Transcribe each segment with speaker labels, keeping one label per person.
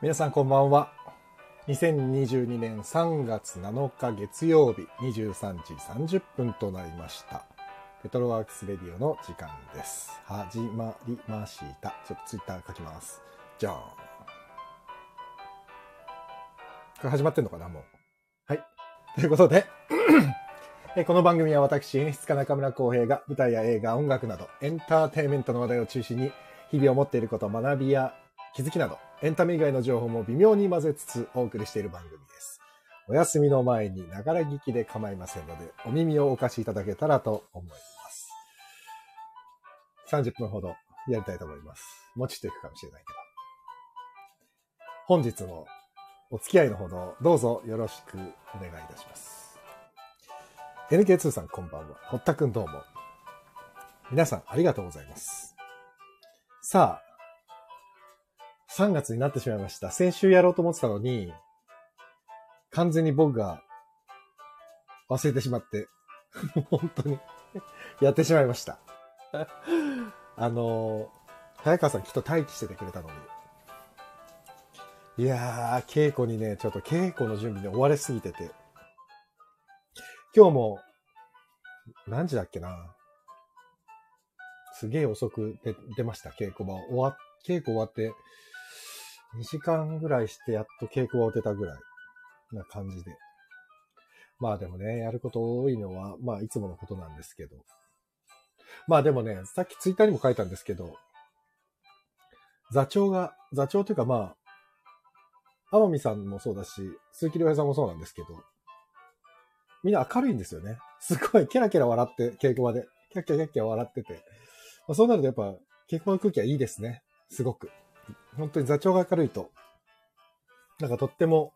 Speaker 1: 皆さんこんばんは2022年3月7日月曜日23時30分となりましたペトロワークスレディオの時間です始まりましたちょっとツイッター書きますじゃあこれ始まってんのかなもうはいということでえこの番組は私演出家中村浩平が舞台や映画音楽などエンターテインメントの話題を中心に日々思っていること学びや気づきなど、エンタメ以外の情報も微妙に混ぜつつお送りしている番組です。お休みの前にながら聞きで構いませんので、お耳をお貸しいただけたらと思います。30分ほどやりたいと思います。もうちょっといくかもしれないけど。本日もお付き合いのほどどうぞよろしくお願いいたします。NK2 さんこんばんは。堀田くんどうも。皆さんありがとうございます。さあ、3月になってしまいました。先週やろうと思ってたのに、完全に僕が忘れてしまって、 本当にやってしまいました。 あの、早川さんきっと待機しててくれたのに。いやー、稽古にね、ちょっと稽古の準備に追われすぎてて。今日も、何時だっけなすげえ遅く出出ました、稽古場。終わ、稽古終わって、2時間ぐらいしてやっと稽古を出たぐらいな感じで。まあでもね、やること多いのは、まあいつものことなんですけど。まあでもね、さっきツイッターにも書いたんですけど、座長が、座長というかまあ、天海さんもそうだし、鈴木亮平さんもそうなんですけど、みんな明るいんですよね。すごい、キャラキャラ笑って、稽古場で。キャッキャキャッキャ笑ってて。まあ、そうなるとやっぱ、稽古場の空気はいいですね。すごく。本当に座長が明るいと、なんかとっても、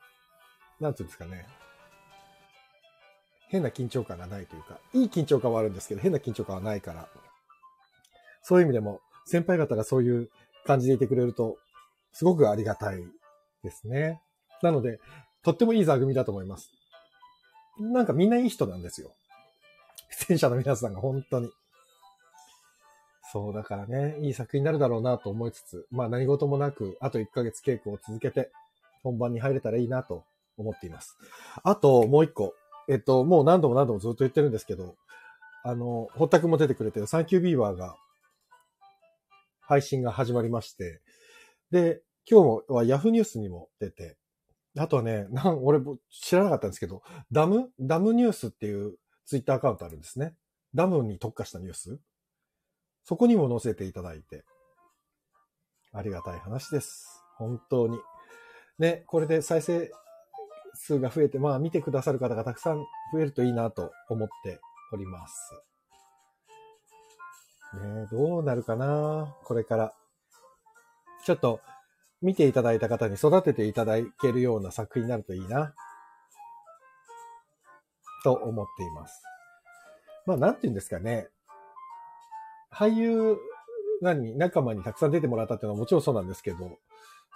Speaker 1: なんていうんですかね、変な緊張感がないというか、いい緊張感はあるんですけど、変な緊張感はないから、そういう意味でも、先輩方がそういう感じでいてくれると、すごくありがたいですね。なので、とってもいい座組だと思います。なんかみんないい人なんですよ。出演者の皆さんが本当に。そう、だからね、いい作品になるだろうなと思いつつ、まあ何事もなく、あと1ヶ月稽古を続けて、本番に入れたらいいなと思っています。あと、もう一個。えっと、もう何度も何度もずっと言ってるんですけど、あの、堀田くんも出てくれてるサンキュービーバーが、配信が始まりまして、で、今日は Yahoo ニュースにも出て、あとはね、なん、俺知らなかったんですけど、ダムダムニュースっていうツイッターアカウントあるんですね。ダムに特化したニュースそこにも載せていただいて、ありがたい話です。本当に。ね、これで再生数が増えて、まあ見てくださる方がたくさん増えるといいなと思っております。ね、どうなるかなこれから。ちょっと見ていただいた方に育てていただけるような作品になるといいな。と思っています。まあなんて言うんですかね。俳優、何、仲間にたくさん出てもらったっていうのはもちろんそうなんですけど、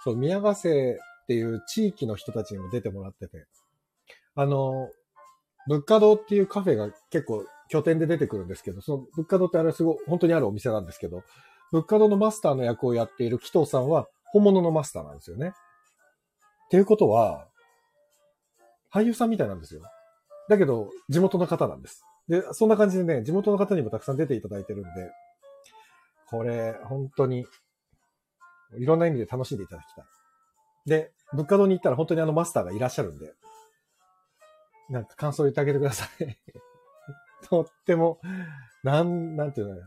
Speaker 1: そう、宮ヶ瀬っていう地域の人たちにも出てもらってて、あの、物価堂っていうカフェが結構拠点で出てくるんですけど、その物価堂ってあれすごい、本当にあるお店なんですけど、物価堂のマスターの役をやっている紀藤さんは本物のマスターなんですよね。っていうことは、俳優さんみたいなんですよ。だけど、地元の方なんです。で、そんな感じでね、地元の方にもたくさん出ていただいてるんで、これ、本当に、いろんな意味で楽しんでいただきたい。で、物価堂に行ったら本当にあのマスターがいらっしゃるんで、なんか感想言ってあげてください とっても、なん、なんていうのよ。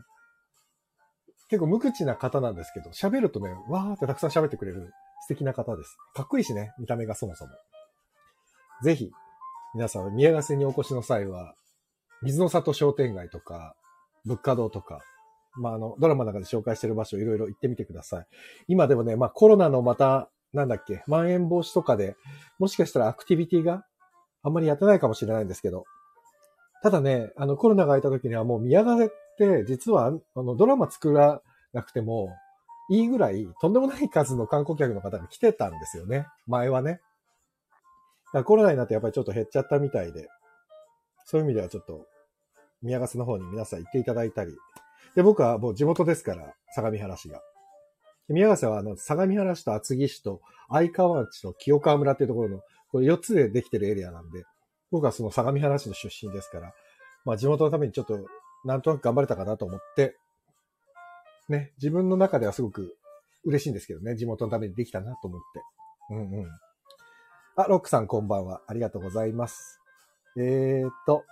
Speaker 1: 結構無口な方なんですけど、喋るとね、わーってたくさん喋ってくれる素敵な方です。かっこいいしね、見た目がそもそも。ぜひ、皆さん、宮ヶ瀬にお越しの際は、水の里商店街とか、物価堂とか、まあ、あの、ドラマの中で紹介してる場所いろいろ行ってみてください。今でもね、まあ、コロナのまた、なんだっけ、まん延防止とかで、もしかしたらアクティビティがあんまりやってないかもしれないんですけど、ただね、あの、コロナが空いた時にはもう宮ヶ瀬って、実は、あの、ドラマ作らなくても、いいぐらい、とんでもない数の観光客の方が来てたんですよね。前はね。だからコロナになってやっぱりちょっと減っちゃったみたいで、そういう意味ではちょっと、宮ヶ瀬の方に皆さん行っていただいたり、で、僕はもう地元ですから、相模原市が。宮ヶ瀬は、あの、相模原市と厚木市と相川町と清川村っていうところの、これ4つでできてるエリアなんで、僕はその相模原市の出身ですから、まあ地元のためにちょっと、なんとなく頑張れたかなと思って、ね、自分の中ではすごく嬉しいんですけどね、地元のためにできたなと思って。うんうん。あ、ロックさんこんばんは。ありがとうございます。えーっと。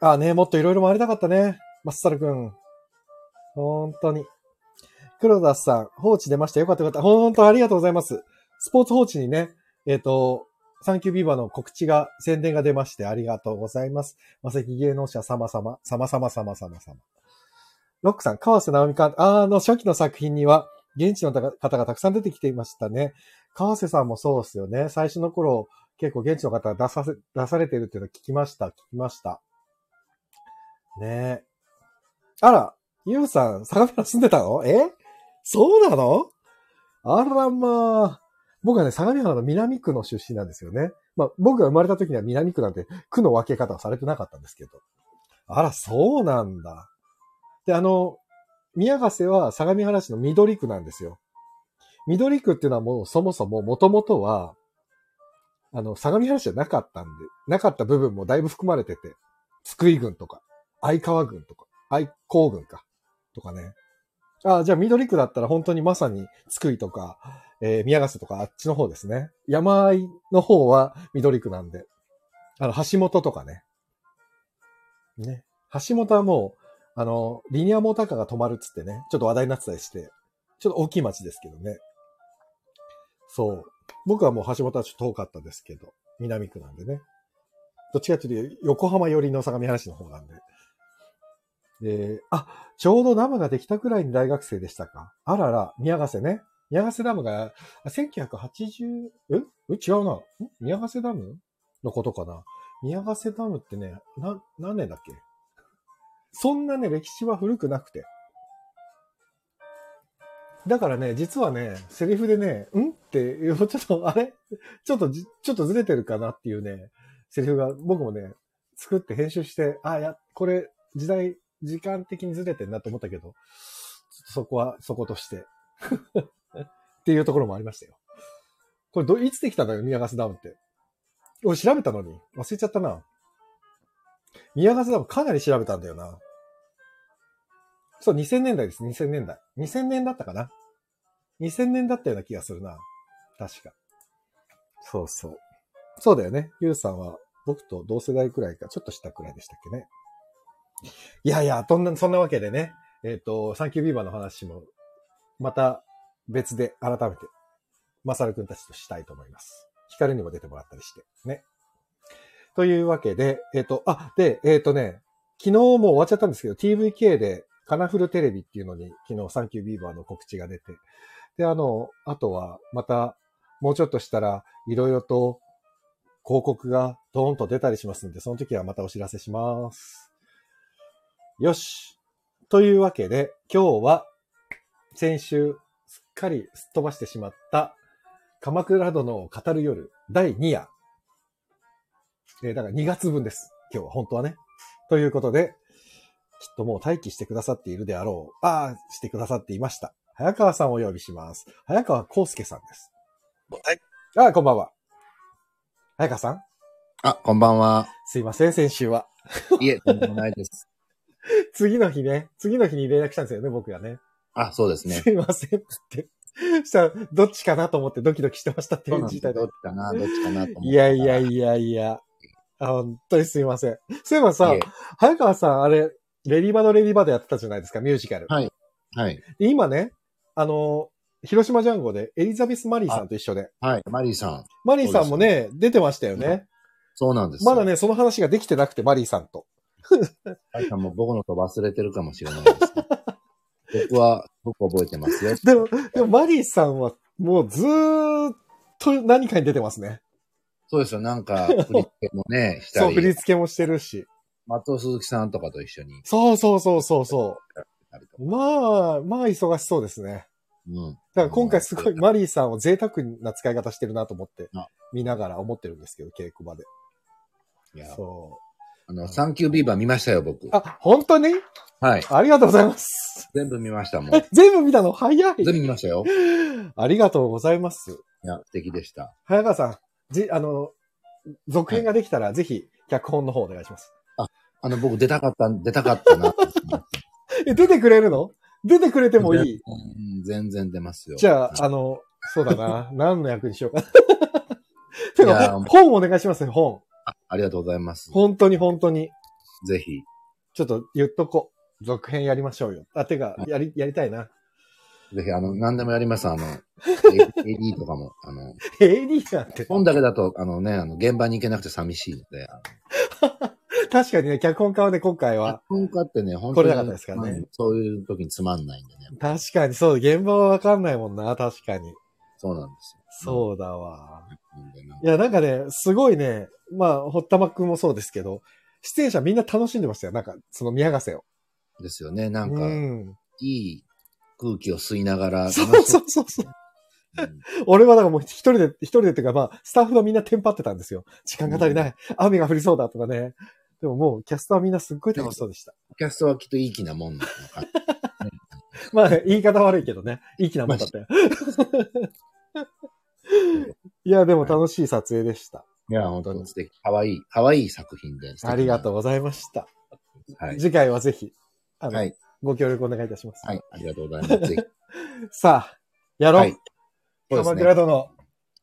Speaker 1: あ、ね、もっといろいろ回りたかったね。マッサルくん。本当に。黒田さん、放置出ました。よかったよかった。本当ありがとうございます。スポーツ放置にね、えーっと、サンキュービーバーの告知が、宣伝が出ましてありがとうございます。マセキ芸能者様様、様様様様様。ロックさん、川瀬直美監あの初期の作品には、現地の方がたくさん出てきていましたね。川瀬さんもそうですよね。最初の頃、結構現地の方が出させ、出されてるっていうのを聞きました、聞きました。ねえ。あら、ゆうさん、相模原住んでたのえそうなのあらまあ。僕はね、相模原の南区の出身なんですよね。まあ、僕が生まれた時には南区なんて区の分け方はされてなかったんですけど。あら、そうなんだ。で、あの、宮ヶ瀬は相模原市の緑区なんですよ。緑区っていうのはもうそもそも元々は、あの、相模原市じゃなかったんで、なかった部分もだいぶ含まれてて、津久井郡とか、相川郡とか、愛光郡か、とかね。ああ、じゃあ緑区だったら本当にまさに津久井とか、えー宮ヶ瀬とかあっちの方ですね。山あいの方は緑区なんで。あの、橋本とかね。ね。橋本はもう、あの、リニアモーターカーが止まるっつってね、ちょっと話題になってたりして、ちょっと大きい町ですけどね。そう。僕はもう橋本はちょっと遠かったですけど、南区なんでね。どっちかっていうと横浜寄りの相模原市の方なんで。で、あ、ちょうどダムができたくらいに大学生でしたか。あらら、宮ヶ瀬ね。宮ヶ瀬ダムが、あ1980、ええ違うな。ん宮ヶ瀬ダムのことかな。宮ヶ瀬ダムってね、な、何年だっけそんなね、歴史は古くなくて。だからね、実はね、セリフでね、んって、ちょっと、あれちょっとじ、ちょっとずれてるかなっていうね、セリフが僕もね、作って編集して、あ、や、これ、時代、時間的にずれてんなと思ったけど、ちょっとそこは、そことして。 っていうところもありましたよ。これど、いつできたんだよ、宮ヶ瀬ダムって。俺調べたのに。忘れちゃったな。宮ヶ瀬ダムかなり調べたんだよな。そう、2000年代です、2000年代。2000年だったかな。2000年だったような気がするな。確か。そうそう。そうだよね。ゆうさんは僕と同世代くらいか、ちょっと下くらいでしたっけね。いやいや、そんな、そんなわけでね。えっ、と、サンキュービーバーの話も、また別で改めて、マサルくんたちとしたいと思います。ヒカルにも出てもらったりして、ね。というわけで、えっ、と、あ、で、えっ、とね、昨日もう終わっちゃったんですけど、TVK でカナフルテレビっていうのに、昨日サンキュービーバーの告知が出て、で、あの、あとは、また、もうちょっとしたら、いろいろと広告がドーンと出たりしますんで、その時はまたお知らせします。よし。というわけで、今日は、先週、すっかりすっ飛ばしてしまった、鎌倉殿を語る夜、第2夜。えーだから2月分です。今日は本当はね。ということで、きっともう待機してくださっているであろう。ああ、してくださっていました。早川さんをお呼びします。早川康介さんです。
Speaker 2: はい。
Speaker 1: ああ、こんばんは。早川さん、
Speaker 2: あ、こんば んは。
Speaker 1: すいません、先週は。
Speaker 2: いえ、とんでもないです。
Speaker 1: 次の日ね、次の日に連絡したんですよね、僕がね。
Speaker 2: あ、そうです ね。
Speaker 1: すいませんって。したら、どっちかなと思ってドキドキしてましたってい
Speaker 2: ど
Speaker 1: う
Speaker 2: っち
Speaker 1: 事
Speaker 2: か
Speaker 1: 態で。
Speaker 2: な、どっちかなと思って。
Speaker 1: いやいやいやいや。あ本当にすいません。そういえばさ
Speaker 2: いえ、
Speaker 1: 早川さん、あれ、レディバのレディバでやってたじゃないですか、ミュージカル。
Speaker 2: はいはい。
Speaker 1: で今ね、あの、広島ジャンゴでエリザベス・マリーさんと一緒で。
Speaker 2: はい。マリーさん。
Speaker 1: マリーさんもね、出てましたよね。
Speaker 2: そうなんです。
Speaker 1: まだ。ね、その話ができてなくて、マリーさんと。
Speaker 2: マリーさんも僕のこと忘れてるかもしれないです、 ね。僕は、僕覚えてますよ。
Speaker 1: でも、でもマリーさんはもうずーっと何かに出てますね。
Speaker 2: そうですよ。なんか、振り付けも ね、し
Speaker 1: そ
Speaker 2: た
Speaker 1: う、振り
Speaker 2: り。
Speaker 1: 付けもしてるし。
Speaker 2: 松尾鈴木さんとかと一緒に。
Speaker 1: そうそうそうそうそう。
Speaker 2: やると
Speaker 1: まあ、まあ忙しそうですね。
Speaker 2: うん。
Speaker 1: だから今回すごい
Speaker 2: うん
Speaker 1: マリーさんを贅沢な使い方してるなと思って
Speaker 2: あ、
Speaker 1: 見ながら思ってるんですけど、稽古場で。
Speaker 2: いや
Speaker 1: そ
Speaker 2: あの、サンキュービーバー見ましたよ、僕
Speaker 1: う。。あ、本当に
Speaker 2: はい。
Speaker 1: ありがとうございます。ます。
Speaker 2: 全部見ました、もう。
Speaker 1: 全部見たの早い
Speaker 2: 全部見ましたよ。
Speaker 1: ありがとうございます。
Speaker 2: いや、素敵でした。
Speaker 1: 早川さん、じ、あの、続編ができたら、ぜひ、脚本の方お願いします。
Speaker 2: あの、僕出たかった、出たかっ たな。
Speaker 1: え、出てくれるの出てくれてもいい。
Speaker 2: うん全然出ますよ。
Speaker 1: じゃあ、あの、そうだ な。何の役にしようかな。て
Speaker 2: いや
Speaker 1: か、ほ
Speaker 2: ー
Speaker 1: 本お願いしますね、本。
Speaker 2: ありがとうございます。
Speaker 1: 本当に本当に。
Speaker 2: ぜひ。
Speaker 1: ちょっと言っとこう。続編やりましょうよ。あ、てか、やり、やりたいな。
Speaker 2: ぜひ、あの、何でもやります。あの、AD とかも、あの、
Speaker 1: AD なんて。
Speaker 2: 本だけだと、あのね、あの、現場に行けなくて寂しいので、
Speaker 1: 確かにね、脚本家はね、今回は。
Speaker 2: 本家ってね、本
Speaker 1: こ
Speaker 2: 当
Speaker 1: れ
Speaker 2: に
Speaker 1: なかったですからね
Speaker 2: うんそういう時につまんないんでね。
Speaker 1: 確かに、そう、現場はわかんないもんな、確かに。
Speaker 2: そうなんですよ。
Speaker 1: そうだわ。
Speaker 2: なんでなんか
Speaker 1: いや、なんかね、すごいね、まあ、ほったまくんもそうですけど、出演者みんな楽しんでましたよ。なんか、その宮ヶ瀬を。
Speaker 2: ですよね。なん
Speaker 1: う
Speaker 2: か、
Speaker 1: ん。
Speaker 2: いい空気を吸いながら、
Speaker 1: そうそうそうそう。
Speaker 2: うん
Speaker 1: 俺はだからもう一人で、一人でっていうかまあ、スタッフがみんなテンパってたんですよ。時間が足りない。雨が降りそうだとかね。でももうキャストはみんなすっごい楽しそうでした。
Speaker 2: キャストはきっといい気なもんなのか。
Speaker 1: まあ、言い方悪いけどね。いい気なもんだったよ。いや、でも楽しい撮影でした。
Speaker 2: いや、本当に素敵。かわいい、かわいい作品で
Speaker 1: ありがとう
Speaker 2: う。
Speaker 1: ございました。
Speaker 2: はい。
Speaker 1: 次回はぜひ、あの、
Speaker 2: はい。
Speaker 1: ご協力お願いいたします。
Speaker 2: はい。ありがとうござい ます。ぜひ。
Speaker 1: さあ、やろう。
Speaker 2: はいそうです
Speaker 1: 鎌
Speaker 2: ね
Speaker 1: 倉殿。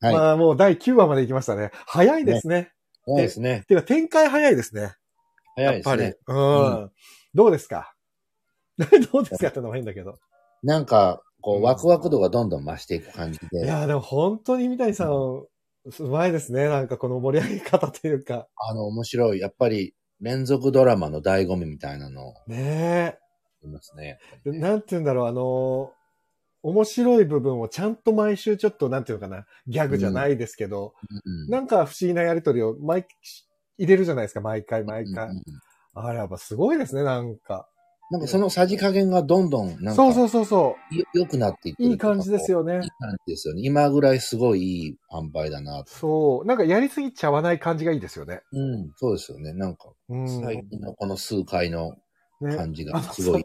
Speaker 2: はい
Speaker 1: まあ、もう第9話まで行きましたね。早いですね。
Speaker 2: そうですね。
Speaker 1: てか、展開早いですね。
Speaker 2: 早いですね。
Speaker 1: やっぱり。うん。どうですか どうですかってのも変だけど。
Speaker 2: なんか、こう、ワクワク度がどんどん増していく感じ
Speaker 1: い
Speaker 2: で、
Speaker 1: やー、でも本当に三谷さん、うまいですね。なんかこの盛り上げ方というか。
Speaker 2: あの、面白い。やっぱり、連続ドラマの醍醐味みたいなのを
Speaker 1: ね
Speaker 2: ありますね。
Speaker 1: え。でなんて言うんだろう、あのー面白い部分をちゃんと毎週ちょっと、なんていうのかな、ギャグじゃないですけど、
Speaker 2: うん
Speaker 1: なんか不思議なやりとりを毎、入れるじゃないですか、毎回毎回。
Speaker 2: うんうん
Speaker 1: あれやっぱすごいですね、なんか。
Speaker 2: なんかそのさじ加減がどんどん、なんか
Speaker 1: そう、そうそうそ
Speaker 2: よ良くなっていって
Speaker 1: う。
Speaker 2: る
Speaker 1: いい感じですよね
Speaker 2: いい。感じですよね。今ぐらいすごいいい販売だなと。
Speaker 1: そう。なんかやりすぎちゃわない感じがいいですよね。
Speaker 2: うん。そうですよね。なんか、
Speaker 1: うん。
Speaker 2: 最近のこの数回の
Speaker 1: ね
Speaker 2: 感じがすごい。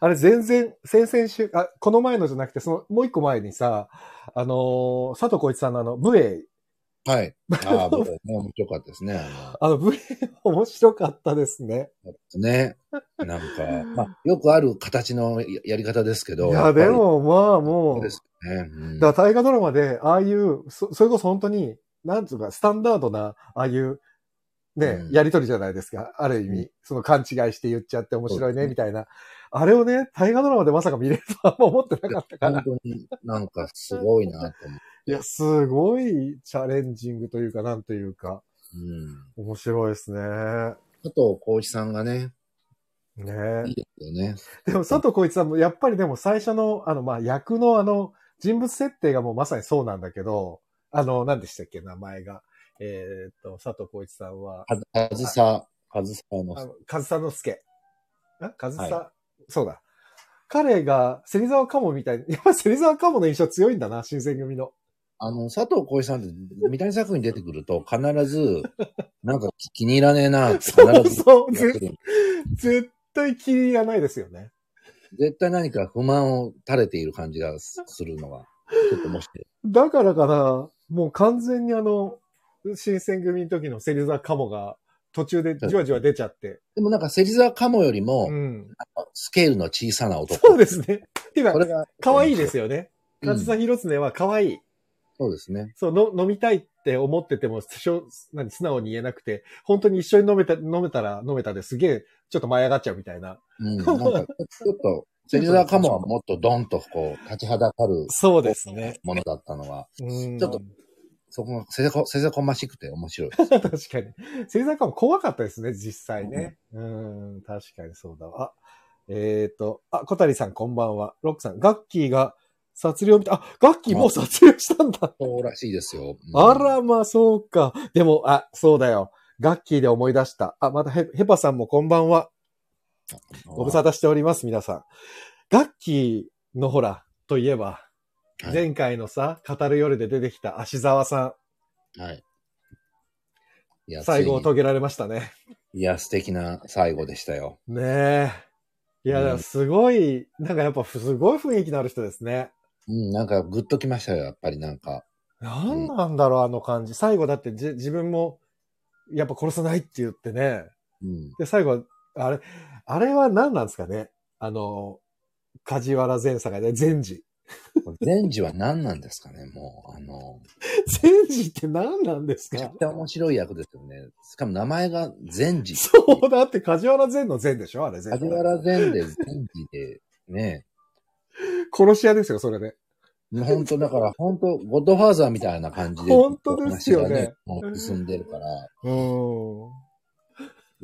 Speaker 1: あれ、全然、先々週、あ、この前のじゃなくて、その、もう一個前にさ、あのー佐藤浩市さんのあの、武衛、
Speaker 2: はい。ああ、僕ね、面白かったですね。あ
Speaker 1: あの、武衛、面白かったですね。
Speaker 2: のね。なんか、まあ、よくある形のややり方ですけ
Speaker 1: い
Speaker 2: ど。
Speaker 1: や、
Speaker 2: っぱり
Speaker 1: で、も、まあ、も
Speaker 2: そう
Speaker 1: う、
Speaker 2: ですよね。うん
Speaker 1: だから大河ドラマで、ああいう、そ、それこそ本当に、なんつうか、スタンダードな、ああいう、ね
Speaker 2: う、ん
Speaker 1: やりとりじゃないですか。ある意味、その勘違いして言っちゃって面白い
Speaker 2: そうです
Speaker 1: ね、
Speaker 2: ね
Speaker 1: みたいな。あれをね、大河ドラマでまさか見れるとは思ってなかった から
Speaker 2: 本。当になんかすごいなと思って。
Speaker 1: いや、すごいチャレンジングというか、なんというか。
Speaker 2: うん。
Speaker 1: 面白いですね。
Speaker 2: 佐藤浩一さんがね、い
Speaker 1: ね
Speaker 2: いですよね。
Speaker 1: でも佐藤浩市さんもやっぱりでも最初のあの、まあ、役のあの、人物設定がもうまさにそうなんだけど、あの、何でしたっけ、名前が。えーっと、佐藤浩市さんは、
Speaker 2: はずはずさ、はずさの
Speaker 1: あの、上総之助。あ上総、
Speaker 2: は
Speaker 1: そうだ。彼が、芹沢鴨みたいに、やっぱ芹沢鴨の印象強いんだな、新選組の。
Speaker 2: あの、佐藤浩市さんって、三谷作品出てくると、必ず、なんか気気に入らねえな、必
Speaker 1: そう
Speaker 2: ず
Speaker 1: そう、
Speaker 2: やって
Speaker 1: ぜ
Speaker 2: る。
Speaker 1: 絶対気に入らないですよね。
Speaker 2: 絶対何か不満を垂れている感じがするのが、ちょっと面白い。
Speaker 1: だからかな、もう完全にあの、新選組の時の芹沢鴨が途中でじわじわ出ちゃって。
Speaker 2: でもなんか、芹沢鴨よりも、
Speaker 1: うん。
Speaker 2: スケールの小さな男。
Speaker 1: そうですね。っていうか、
Speaker 2: これが、。
Speaker 1: 可愛いですすよね。
Speaker 2: うん
Speaker 1: 勝田広常は可愛い。
Speaker 2: そうですね。
Speaker 1: そうの、飲みたいって思ってても、しょ何素直に言えなくて、本当に一緒に飲めた、飲めたら飲めたですげえ、ちょっと舞い上がっちゃうみたいな。
Speaker 2: うん。なんか、ちょっと、芹沢鴨はもっとドンとこう、立ちはだかる
Speaker 1: そうですね。
Speaker 2: ものだったのは、
Speaker 1: うん。
Speaker 2: ちょっとそこがせせこ、せせこましくて面白い。
Speaker 1: 確かに。芹沢も怖かったですね、実際ね。うん、確かにそうだわ。あえっ、と、あ、小谷さんこんばんは。ロックさん、ガッキーが殺戮を見た。あ、ガッキーもう殺戮したんだ。
Speaker 2: そうらしいですよ。うん
Speaker 1: あら、まあそうか。でも、あ、そうだよ。ガッキーで思い出した。あ、またヘヘパさんもこんばんは。ご無沙汰しております、皆さん。ガッキーのほら、といえば、
Speaker 2: はい
Speaker 1: 前回のさ、語る夜で出てきた芦沢さ
Speaker 2: はい。い
Speaker 1: ん、
Speaker 2: や、
Speaker 1: 最
Speaker 2: 最
Speaker 1: 後を
Speaker 2: 後
Speaker 1: 遂げられましたね。
Speaker 2: いや、素敵な最後でしたよ。
Speaker 1: ねえ。いや、だからすごい、なんかやっぱすごい雰囲気のある人ですね。
Speaker 2: うん、なんかグッときましたよ、やっぱりなんか。
Speaker 1: なんなんだろう、あの感じ。最後だってじ自分も、やっぱ殺さないって言ってね。
Speaker 2: うん。
Speaker 1: で、最後、あれ、あれは何なんですかねあの、梶原前作がね、善治。
Speaker 2: これ善治は何なんですかね、もう。あの、
Speaker 1: 善治って何なんです
Speaker 2: めちゃ
Speaker 1: か
Speaker 2: くちゃ面白い役ですよね。しかも名前が善治。
Speaker 1: そう、だって梶原前の善でしょあれ、善
Speaker 2: 梶原善で善治で、ね。
Speaker 1: 殺し屋ですよ、それで。
Speaker 2: 本当だから、本当ゴッドファーザーみたいな感じで。
Speaker 1: 本当ですよね
Speaker 2: 話がもう進んでるから。
Speaker 1: うん。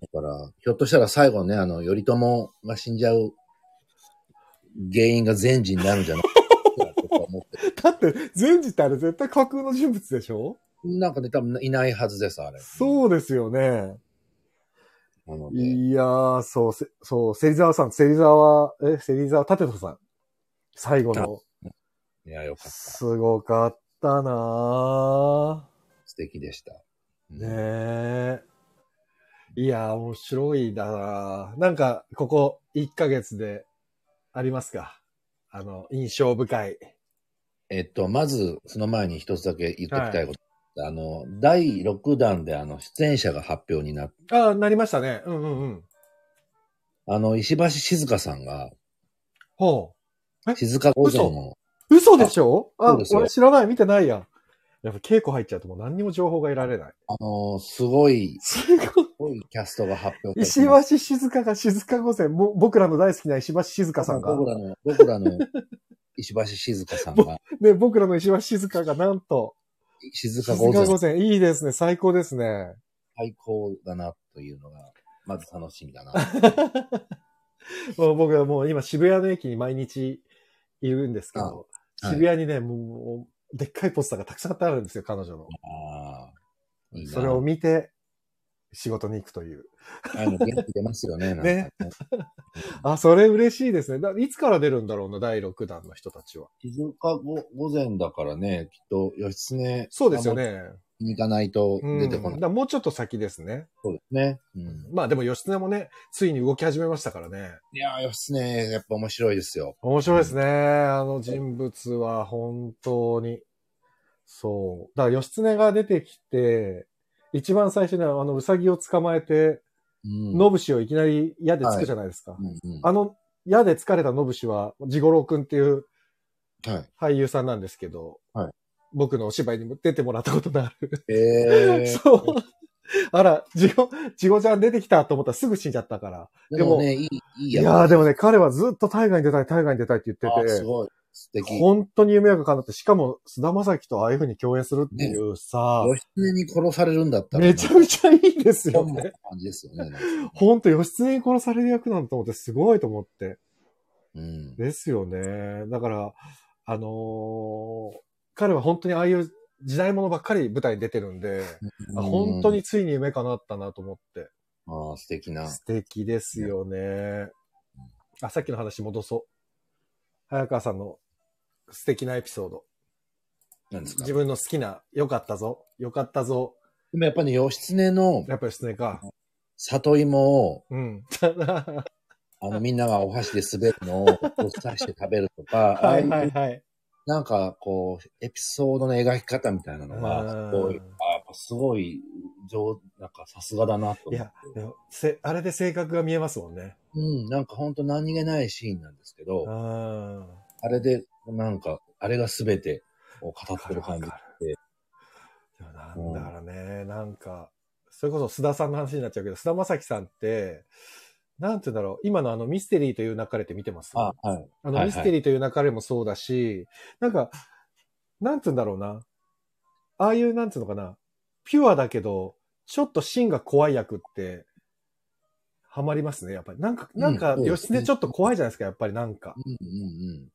Speaker 2: だから、ひょっとしたら最後ね、あの、頼朝が死んじゃう原因が善治になるんじゃないかとか思ってる。
Speaker 1: だって、善治ってあれ絶対架空の人物でしょ
Speaker 2: なんかね、多分いないはずです、あれ。
Speaker 1: そうですよね。
Speaker 2: なので。
Speaker 1: いやー、そう、せそう、芹沢さん、芹沢、え、芹沢立人さん。最後の。
Speaker 2: いや、よかった。
Speaker 1: すごかったな
Speaker 2: 素敵でした。
Speaker 1: ーねえ。いやー、面白いだなーなんか、ここ1ヶ月でありますかあの、印象深い。
Speaker 2: えっと、まず、その前に一つだけ言っときたいこと。あの、第6弾で、あの、出演者が発表になっ
Speaker 1: ああ、なりましたね。うんうんうん。
Speaker 2: あの、石橋静香さんが、
Speaker 1: ほ
Speaker 2: 静香御前の、
Speaker 1: う。嘘でしょあ
Speaker 2: そうですよ
Speaker 1: 俺知らない、見てないやん。やっぱ稽古入っちゃうともう何にも情報が得られない。
Speaker 2: あの、すごい、
Speaker 1: すごい。
Speaker 2: すごいキャストが発表
Speaker 1: 石
Speaker 2: まし
Speaker 1: 橋静香が静香御前、も僕らの大好きな石橋静香
Speaker 2: た
Speaker 1: さんが、
Speaker 2: 僕らの、僕らの、石橋静香さんが、
Speaker 1: ね、僕らの石橋静香がなんと、
Speaker 2: 静
Speaker 1: 静
Speaker 2: 香
Speaker 1: 香
Speaker 2: 御前
Speaker 1: 御前、いいですね、最高ですね。
Speaker 2: 最高だなというのが、まず楽し みだな。
Speaker 1: もう僕はもう今渋谷の駅に毎日いるんですけど、
Speaker 2: あはい
Speaker 1: 渋谷にね、もう、でっかいポスターがたくさん貼ってあるんですよ、彼女の。
Speaker 2: ああ、いいな
Speaker 1: それを見て、仕事に行くという。
Speaker 2: あの、元気出ますよね、なんか
Speaker 1: ねあ、それ嬉しいですね。だいつから出るんだろうな、第6弾の人たちは。
Speaker 2: 静岡ご午前だからね、きっと義経
Speaker 1: そうですよ。ね。
Speaker 2: に行かないと
Speaker 1: うん、
Speaker 2: 出てこない。
Speaker 1: だからもうちょっと先ですね。
Speaker 2: そうですね。うん、
Speaker 1: まあでも義経もね、ついに動き始めましたからね。
Speaker 2: いやー、義経、やっぱ面白いですよ。
Speaker 1: 面白いですね。あの人物は本当に。そう。だから義経が出てきて、一番最初にあのうさぎを捕まえて、
Speaker 2: うん。
Speaker 1: のぶしをいきなり矢でつくじゃないですか。
Speaker 2: うんうん
Speaker 1: あの矢で疲れたのぶしは、地五郎くんっていう
Speaker 2: は
Speaker 1: 俳
Speaker 2: い。
Speaker 1: 優さんなんですけど、
Speaker 2: はい
Speaker 1: 僕のお芝居にも出てもらったことのある。
Speaker 2: えー、
Speaker 1: そう。あら、ジゴ、ジゴちゃん出てきたと思ったらすぐ死んじゃったから。
Speaker 2: でもね、いい、いい
Speaker 1: い
Speaker 2: 役
Speaker 1: やーでもね、彼はずっと大河に出たい、大河に出たいって言って
Speaker 2: あー
Speaker 1: て。
Speaker 2: すごい。素敵。
Speaker 1: 本当に夢が叶って、しかも菅田将暉とああいう風に共演するっていうさ、
Speaker 2: 義経に殺されるんだったら、
Speaker 1: めちゃめちゃいいですよ
Speaker 2: 本
Speaker 1: ね
Speaker 2: 望な。感じですよね。なんか
Speaker 1: 本当、義経に殺される役なんて思って、すごいと思って。
Speaker 2: うん。
Speaker 1: ですよね。だから、あのー彼は本当にああいう時代物ばっかり舞台に出てるんで、あ 本当についに夢叶ったなと思って。
Speaker 2: ああ、素敵な。
Speaker 1: 素敵ですよね。あ、さっきの話戻そう。早川さんの素敵なエピソード。
Speaker 2: なんですか。
Speaker 1: 自分の好きな、良かったぞ、良かったぞ、
Speaker 2: でもやっぱり、ね、義経の
Speaker 1: やっぱりですねか。
Speaker 2: 里芋を、
Speaker 1: うん。
Speaker 2: あの、みんながお箸で滑るのを、お刺して食べるとか、
Speaker 1: はい
Speaker 2: ああ
Speaker 1: は
Speaker 2: う
Speaker 1: いはい。
Speaker 2: なんか、こう、エピソードの描き方みたいなのが、すごい、
Speaker 1: うん
Speaker 2: あやっぱすごい、上、なんかさすがだなと
Speaker 1: い
Speaker 2: 思って
Speaker 1: や、せあれで性格が見えますもんね。
Speaker 2: うん、なんか本当何気ないシーンなんですけど、
Speaker 1: う
Speaker 2: あ
Speaker 1: ん。
Speaker 2: れで、なんか、あれが全てを語ってる感じ
Speaker 1: わか
Speaker 2: で、
Speaker 1: いやなんだからね、なんか、それこそ須田さんの話になっちゃうけど、須田正樹さんって、なんて言うんだろう、今のあのミステリーという流れって見てます
Speaker 2: あ、はい。
Speaker 1: あの
Speaker 2: はいはい
Speaker 1: ミステリーという流れもそうだし、なんか、なんて言うんだろうな。ああいう、なんて言うのかな。ピュアだけど、ちょっと芯が怖い役って、ハマりますね、やっぱり。なんか、
Speaker 2: うん
Speaker 1: なんか、
Speaker 2: そうです
Speaker 1: 義経ちょっと怖いじゃないですか、やっぱりなんか。
Speaker 2: うんうん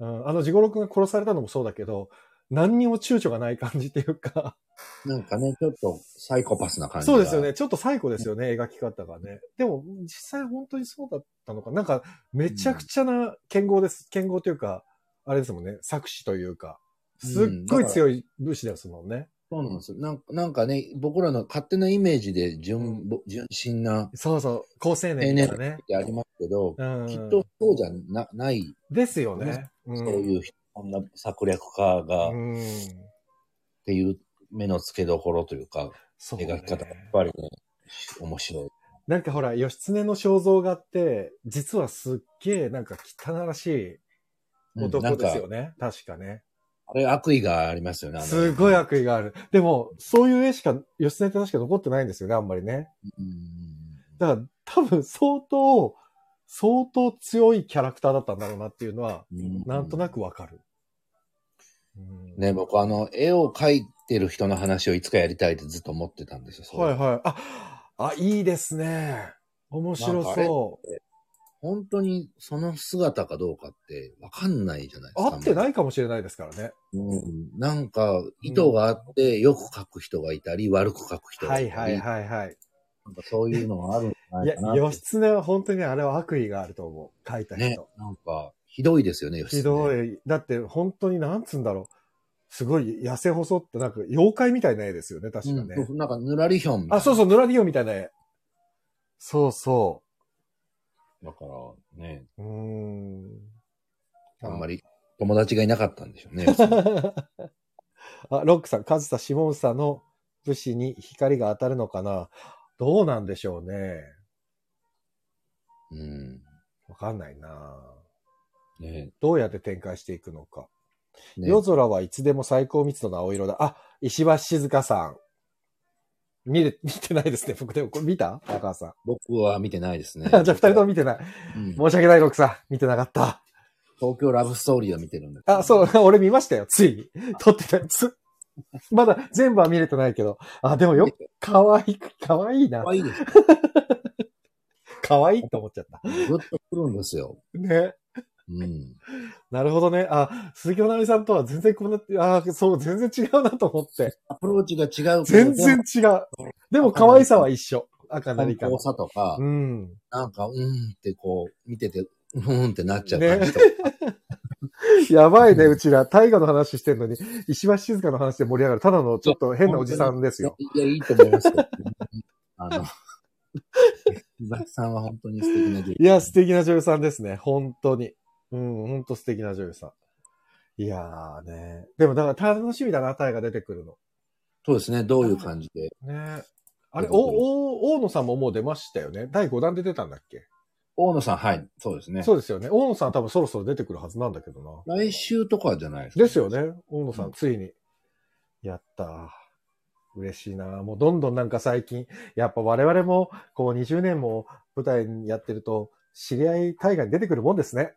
Speaker 2: うん。
Speaker 1: うん、あの、地五郎くんが殺されたのもそうだけど、何にも躊躇がない感じっていうか。
Speaker 2: なんかね、ちょっとサイコパスな感じが
Speaker 1: そうですよね。。ちょっと最高ですよね、描き方がね。でも、実際本当にそうだったのか。なんか、めちゃくちゃな剣豪です。剣豪というか、あれですもんね。作詞というか。すっごい強い武士ですもんね。
Speaker 2: そうなんですよ。なんなんかね、僕らの勝手なイメージで純,、純真な
Speaker 1: そうそう、高青
Speaker 2: 青
Speaker 1: 年で
Speaker 2: 年
Speaker 1: すよね
Speaker 2: っ。てありますけど、
Speaker 1: うん。
Speaker 2: きっとそうじゃなない、
Speaker 1: ですよね。うん
Speaker 2: そういう人、こんな策略家が、っ
Speaker 1: うん。
Speaker 2: ていう目の付けどころというか、
Speaker 1: そうね
Speaker 2: 描き方がやっぱりね、面白い。
Speaker 1: なんかほら、義経の肖像画って、実はすっげえなんか汚らしい
Speaker 2: な
Speaker 1: 男
Speaker 2: ん
Speaker 1: で
Speaker 2: か
Speaker 1: すよね。確かね。
Speaker 2: あれ悪意がありますよね。あの
Speaker 1: すごい、悪意がある。でも、そういう絵しか、義経って確か残ってないんですよね、あんまりね。
Speaker 2: うん
Speaker 1: だから、多分相当、相当強いキャラクターだったんだろうなっていうのは、なんとな。くわかる。うん
Speaker 2: ね、僕あの、絵を描いてる人の話をいつかやりたいってずっと思ってたんですよ。それ
Speaker 1: はいはい。あ、あ、いいですね。面白そ
Speaker 2: 本当にその姿かどうかってわかんないじゃないで
Speaker 1: う。
Speaker 2: すか。、
Speaker 1: 合ってないいかもしれないですからね。
Speaker 2: うん、なんか、意図があって、よく描く人がいたり、悪く描く人が
Speaker 1: はいい
Speaker 2: た
Speaker 1: は
Speaker 2: り、
Speaker 1: いはいはい。
Speaker 2: なんかそういうのがあるんじゃ
Speaker 1: い
Speaker 2: ないかな
Speaker 1: や、
Speaker 2: って。
Speaker 1: 義経は本当にあれは悪意があると思う。書いた人。
Speaker 2: ね、なんか、ひどいですよね、
Speaker 1: ひど
Speaker 2: い。
Speaker 1: い。だって本当になんつうんだろう。すごい痩せ細って、なんか妖怪みたいな絵ですよね、確かね。
Speaker 2: うん、なんか、ぬらりひょんみたいな
Speaker 1: あ、そうそう、ヌラディオみたいな絵。そうそ
Speaker 2: だからね、
Speaker 1: う。うーん。
Speaker 2: あんま
Speaker 1: り。
Speaker 2: り友達がいなかったんでしょうね。
Speaker 1: あ、ロックさん、カズタ・シモンサの武士に光が当たるのかなどうなんでしょうね。
Speaker 2: うん。
Speaker 1: わかんないな
Speaker 2: ね
Speaker 1: どうやって展開していくのか。
Speaker 2: ね
Speaker 1: 夜空はいつでも最高密度の青色だ。あ、石橋静香さん。見れ、 見てないですね。僕でも、これ見た高橋さん。
Speaker 2: 僕は見てないですね。
Speaker 1: じゃあ二人とも見てない。
Speaker 2: うん
Speaker 1: 申し訳ない、ロックさん。見てなかった。
Speaker 2: 東京ラブストーリーを見てるんだけど
Speaker 1: あ、そう、 俺見ましたよ。ついに。 撮ってたやつ。まだ全部は見れてないけど。あ、でもよ、かわいく、かわいいな
Speaker 2: 可。愛いですね。
Speaker 1: かわいいと思っちゃった。
Speaker 2: ぐっとくるんですよ。
Speaker 1: ね。
Speaker 2: うん。
Speaker 1: なるほどね。あ、鈴木おなみさんとは全然こんな、あ、そう、全然違うなと思って。
Speaker 2: アプローチが違うけど
Speaker 1: 全然、違う。でも可愛さは一緒。赤なり
Speaker 2: 何
Speaker 1: か
Speaker 2: か。
Speaker 1: ら
Speaker 2: 多。さとか
Speaker 1: う、ん。
Speaker 2: なんか、うーんってこう、見てて、うーんってなっちゃった
Speaker 1: ね
Speaker 2: りとか。
Speaker 1: やばいね、
Speaker 2: うん
Speaker 1: うちら。大河の話してんのに、石橋静香の話で盛り上がる。ただのちょっと変なおじさんです よ。
Speaker 2: いや、いいと思いますよ。 あの、ザキさんは本当に素敵な女優
Speaker 1: いや、素敵な女優さんですね。本当に。うん、本当素敵な女優さん。いやーね。でも、だから楽しみだな、大河出てくるの。
Speaker 2: そうですね。どういう感じで。
Speaker 1: ねあれ、
Speaker 2: 出てくる
Speaker 1: お、お、大野さんももう出ましたよね。第5弾で出たんだっけ、
Speaker 2: 大野さん、はい。そうですね。
Speaker 1: そうですよね。大野さん多分そろそろ出てくるはずなんだけどな。
Speaker 2: 来週とかじゃないですか。
Speaker 1: ですよね。大野さん、
Speaker 2: うん
Speaker 1: ついに。やった。嬉しいな。もうどんどんなんか最近、やっぱ我々も、こう20年も舞台やってると、知り合い大河に出てくるもんですね。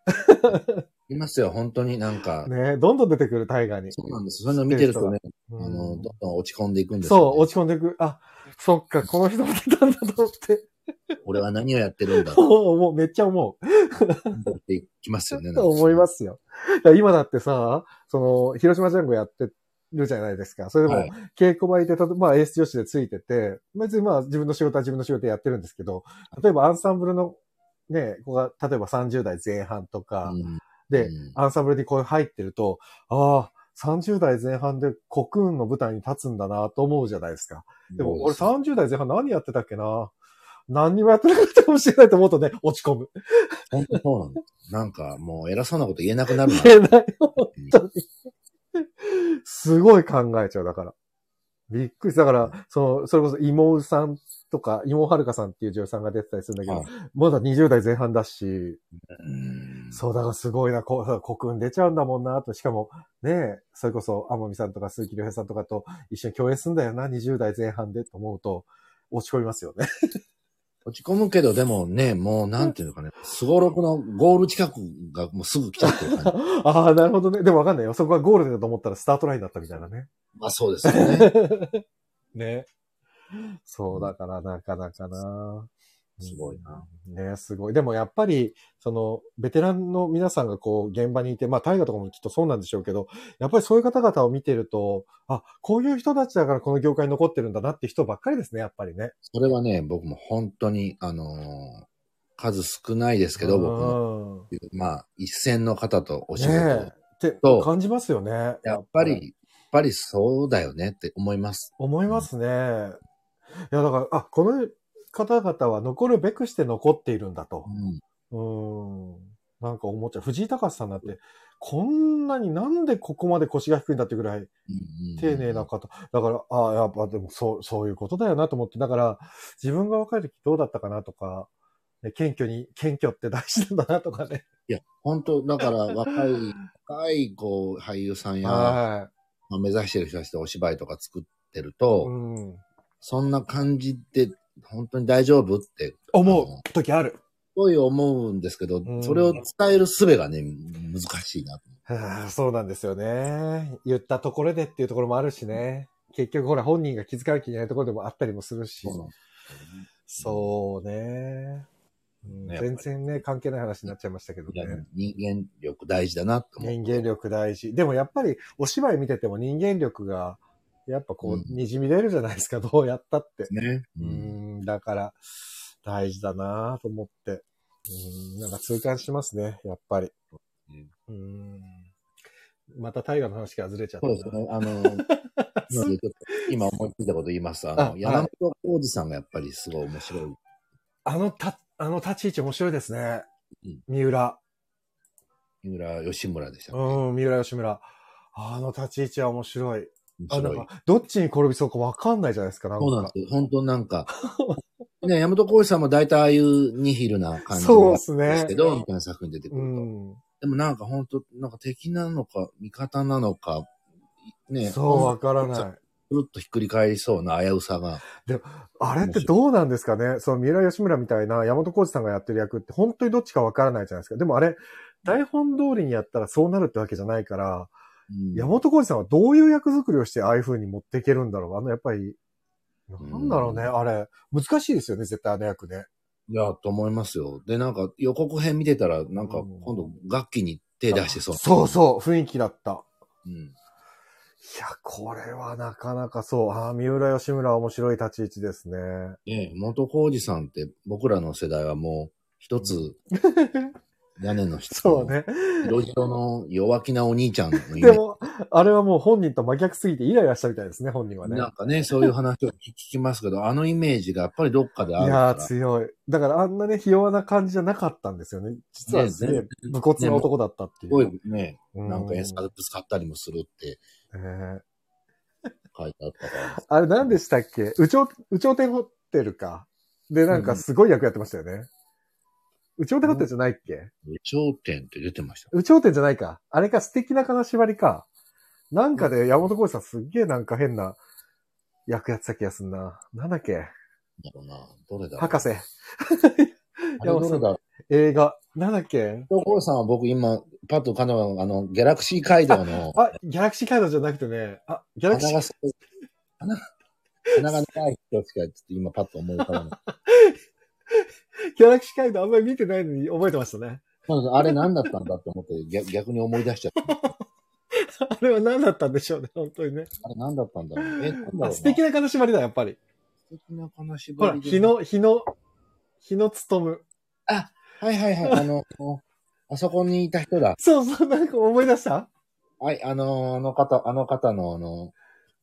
Speaker 2: いますよ、本当になんか。
Speaker 1: ねどんどん出てくる大河に。
Speaker 2: そうなんです。そういうの見てるとね、あ
Speaker 1: うん
Speaker 2: の、どんどん落ち込んでいくんですよ、
Speaker 1: そう、落ち込んでくる。あ、そっか、この人も出たんだと思って。
Speaker 2: 俺は何をやってるんだろ
Speaker 1: もう、もうめっちゃ思う。
Speaker 2: うってきま すよね。。
Speaker 1: と思いますすよ。だから今だってさ、その、広島ジャンゴやってるじゃないですか。それでも
Speaker 2: は、い。
Speaker 1: 稽古場にいて、たとまあ、エース女子でついてて、別にまあ、自分の仕事は自分の仕事でやってるんですけど、例えばアンサンブルの、ね、子が、例えば30代前半とか、
Speaker 2: うん
Speaker 1: で、
Speaker 2: うん
Speaker 1: アンサンブルにこう入ってると、ああ、30代前半でコクーンの舞台に立つんだなと思うじゃないですか。でも、俺30代前半何やってたっけな何にもやってなかったかもしれないと思うとね、落ち込む。
Speaker 2: 本当そうなんです。なんか、もう偉そうなこと言えなくなるな。
Speaker 1: 言えない。すごい考えちゃう、だから。びっくりした。だから、その、それこそ、妹さんとか、妹はるかさんっていう女優さんが出てたりするんだけど、
Speaker 2: はい
Speaker 1: まだ20代前半だし、
Speaker 2: うん
Speaker 1: そう、だからすごいな、こう、コクーン出ちゃうんだもんな、と。しかも、ねえ、それこそ、天海さんとか鈴木亮平さんとかと一緒に共演するんだよな、20代前半で、と思うと、落ち込みますよね。
Speaker 2: 落ち込むけど、でもね、もうなんていうのかね、すごろくのゴール近くがもうすぐ来たっていう感じ。
Speaker 1: ああ、なるほどね。でもわかんないよ。そこがゴールだと思ったらスタートラインだったみたいなね。
Speaker 2: まあそうですよね。
Speaker 1: ね。そう、だからなかなかな。
Speaker 2: すごいな。
Speaker 1: ね、すごい。でもやっぱり、その、ベテランの皆さんがこう、現場にいて、まあ、大河とかもきっとそうなんでしょうけど、やっぱりそういう方々を見てると、あ、こういう人たちだからこの業界に残ってるんだなって人ばっかりですね、やっぱりね。
Speaker 2: それはね、僕も本当に、あのー数少ないですけど、僕も。
Speaker 1: うん
Speaker 2: まあ、一線の方とお仕事を
Speaker 1: ねえ。って
Speaker 2: そう
Speaker 1: 感じますよね。
Speaker 2: やっぱり、ぱりそうだよねって思います。
Speaker 1: 思いますね。いや、だから、あ、この方々は残るべくして残っているんだと
Speaker 2: う。ん。
Speaker 1: うーん。なんか思っちゃう。藤井隆さんだって、こんなになんでここまで腰が低いんだってぐらい
Speaker 2: うん
Speaker 1: 丁寧な。方。だから、ああ、やっぱでもそう、そういうことだよなと思って。だから、自分が若い時どうだったかなとか、ね謙虚に、謙虚って大事なんだなとかね。
Speaker 2: いや、本当だ から若い、若い、こう、俳優さんや、
Speaker 1: は
Speaker 2: まあ目指してる人たちでお芝居とか作ってる
Speaker 1: い。
Speaker 2: と、
Speaker 1: うん。
Speaker 2: そんな感じって本当に大丈夫って、
Speaker 1: 思う
Speaker 2: あの
Speaker 1: 時ある。
Speaker 2: すごい思うんですけど、
Speaker 1: うん
Speaker 2: それを伝える術がね、難しいなと。
Speaker 1: はあそうなんですよね。言ったところでっていうところもあるしね。結局ほら本人が気づかなきゃいけないところでもあったりもするし。そうね。うん
Speaker 2: ね
Speaker 1: 全然ね、関係ない話になっちゃいましたけど
Speaker 2: いや
Speaker 1: ね。
Speaker 2: 人間力大事だなと思う。
Speaker 1: 人間力大事。でもやっぱりお芝居見てても人間力が、やっぱこ
Speaker 2: うん
Speaker 1: う、にじみ出るじゃないですか、 どうやったって。
Speaker 2: ね。
Speaker 1: う
Speaker 2: うん
Speaker 1: ん、だから、大事だなぁと思って。うん、なんか痛感しますね、やっぱり。うん。また大河の話からずれちゃった
Speaker 2: そう
Speaker 1: な。
Speaker 2: ですね。 あの、今ちょっと今思いついたこと言いますと、あの、
Speaker 1: あ
Speaker 2: 山本浩二さんがやっぱりすごい面白い。
Speaker 1: あのた、あの立ち位置面白いですね
Speaker 2: うん。
Speaker 1: 三浦。
Speaker 2: 三浦義村でしたっけ。
Speaker 1: うん、三浦吉村。あの立ち位置は面白い。あ、
Speaker 2: 面
Speaker 1: なん
Speaker 2: 白い。
Speaker 1: か、どっちに転びそうかわかんないじゃないですか、なんか。
Speaker 2: そうなんです。本当なんか、ね、山本浩二さんも大体ああいうニヒルな感じ
Speaker 1: そうですね
Speaker 2: ですけど、みたいな作品出てく
Speaker 1: う
Speaker 2: ると。
Speaker 1: ん。
Speaker 2: でもなんか本当なんか敵なのか、味方なのか、ね、
Speaker 1: そう、わから
Speaker 2: ちょ
Speaker 1: ない。
Speaker 2: ぐるっとひっくり返りそうな危うさが。
Speaker 1: あれってどうなんですかねその三浦義村みたいな山本浩二さんがやってる役って本当にどっちかわからないじゃないですか。でもあれ、台本通りにやったらそうなるってわけじゃないから、
Speaker 2: うん
Speaker 1: 山本浩二さんはどういう役作りをしてああいう風に持っていけるんだろうあの、やっぱり、なんだろうね、
Speaker 2: うん
Speaker 1: あれ。難しいですよね、絶対あの役ね。
Speaker 2: いや、と思いますよ。で、なんか予告編見てたら、なんか
Speaker 1: うん
Speaker 2: 今度楽器に手出してそう。
Speaker 1: そうそう、雰囲気だった。
Speaker 2: うん。
Speaker 1: いや、これはなかなかそう。ああ、三浦義村は面白い立ち位置ですね。
Speaker 2: ね、元浩二さんって僕らの世代はもう一 つ、屋根の人。
Speaker 1: そう。ね。
Speaker 2: 色白の弱気なお兄ちゃんのイメ
Speaker 1: で
Speaker 2: ージ
Speaker 1: も、あれはもう本人と真逆すぎてイライラしたみたいですね、本人はね。
Speaker 2: なんかね、そういう話を聞きますけど、あのイメージがやっぱりどっかで
Speaker 1: い
Speaker 2: ある
Speaker 1: やー、
Speaker 2: から。
Speaker 1: 強い。だからあんなね、ひ弱な感じじゃなかったんですよね。実は
Speaker 2: ね
Speaker 1: すげえ
Speaker 2: 全然
Speaker 1: 武骨な男だったっていう。
Speaker 2: すごいね、
Speaker 1: う
Speaker 2: なんかエスカルプ使ったりもするって
Speaker 1: えー
Speaker 2: 書いてあったから。
Speaker 1: あれ何でしたっけ宇宙、宇宙天ホテルか。で、なんかすごい役やってましたよね。宇宙天ホテルじゃないっけ
Speaker 2: 頂点って出てました。
Speaker 1: 宇宙天じゃないか。あれか、素敵な金縛りか。なんかで山本浩二さんすっげえなんか変な役やってた気がすんな。なんだっけ
Speaker 2: なんだろうな。どれだろう
Speaker 1: 博士。
Speaker 2: あれどれだろう
Speaker 1: 映画。なんだっけ
Speaker 2: 東郷さんは僕今、パッと浮かんだのは、あの、ギャラクシー街道の、
Speaker 1: あ、ギャラクシーカードじゃなくてね。あ、ギャラクシ
Speaker 2: 鼻
Speaker 1: ー
Speaker 2: がす、鼻が、鼻が長い人しか、ちょっと今パッと思い浮かばない。
Speaker 1: ギャラクシーカイドあんまり見てないのに覚えてましたね。
Speaker 2: そうそうあれ何だったんだって思って逆、逆に思い出しちゃった。
Speaker 1: あれは何だったんでしょうね、本当にね。
Speaker 2: あれ何だったんだろう。え、なんだろうな
Speaker 1: あ素敵な金縛りだ、やっぱり。
Speaker 2: 素敵な金
Speaker 1: ほ
Speaker 2: 縛
Speaker 1: ら、
Speaker 2: りで。
Speaker 1: 日。の、日の、日のつとむ。
Speaker 2: はいはいはい。あの、あそこにいた人だ。
Speaker 1: そうそう、なんか思い出した、
Speaker 2: はい、あの、あの方、あの方の、あの、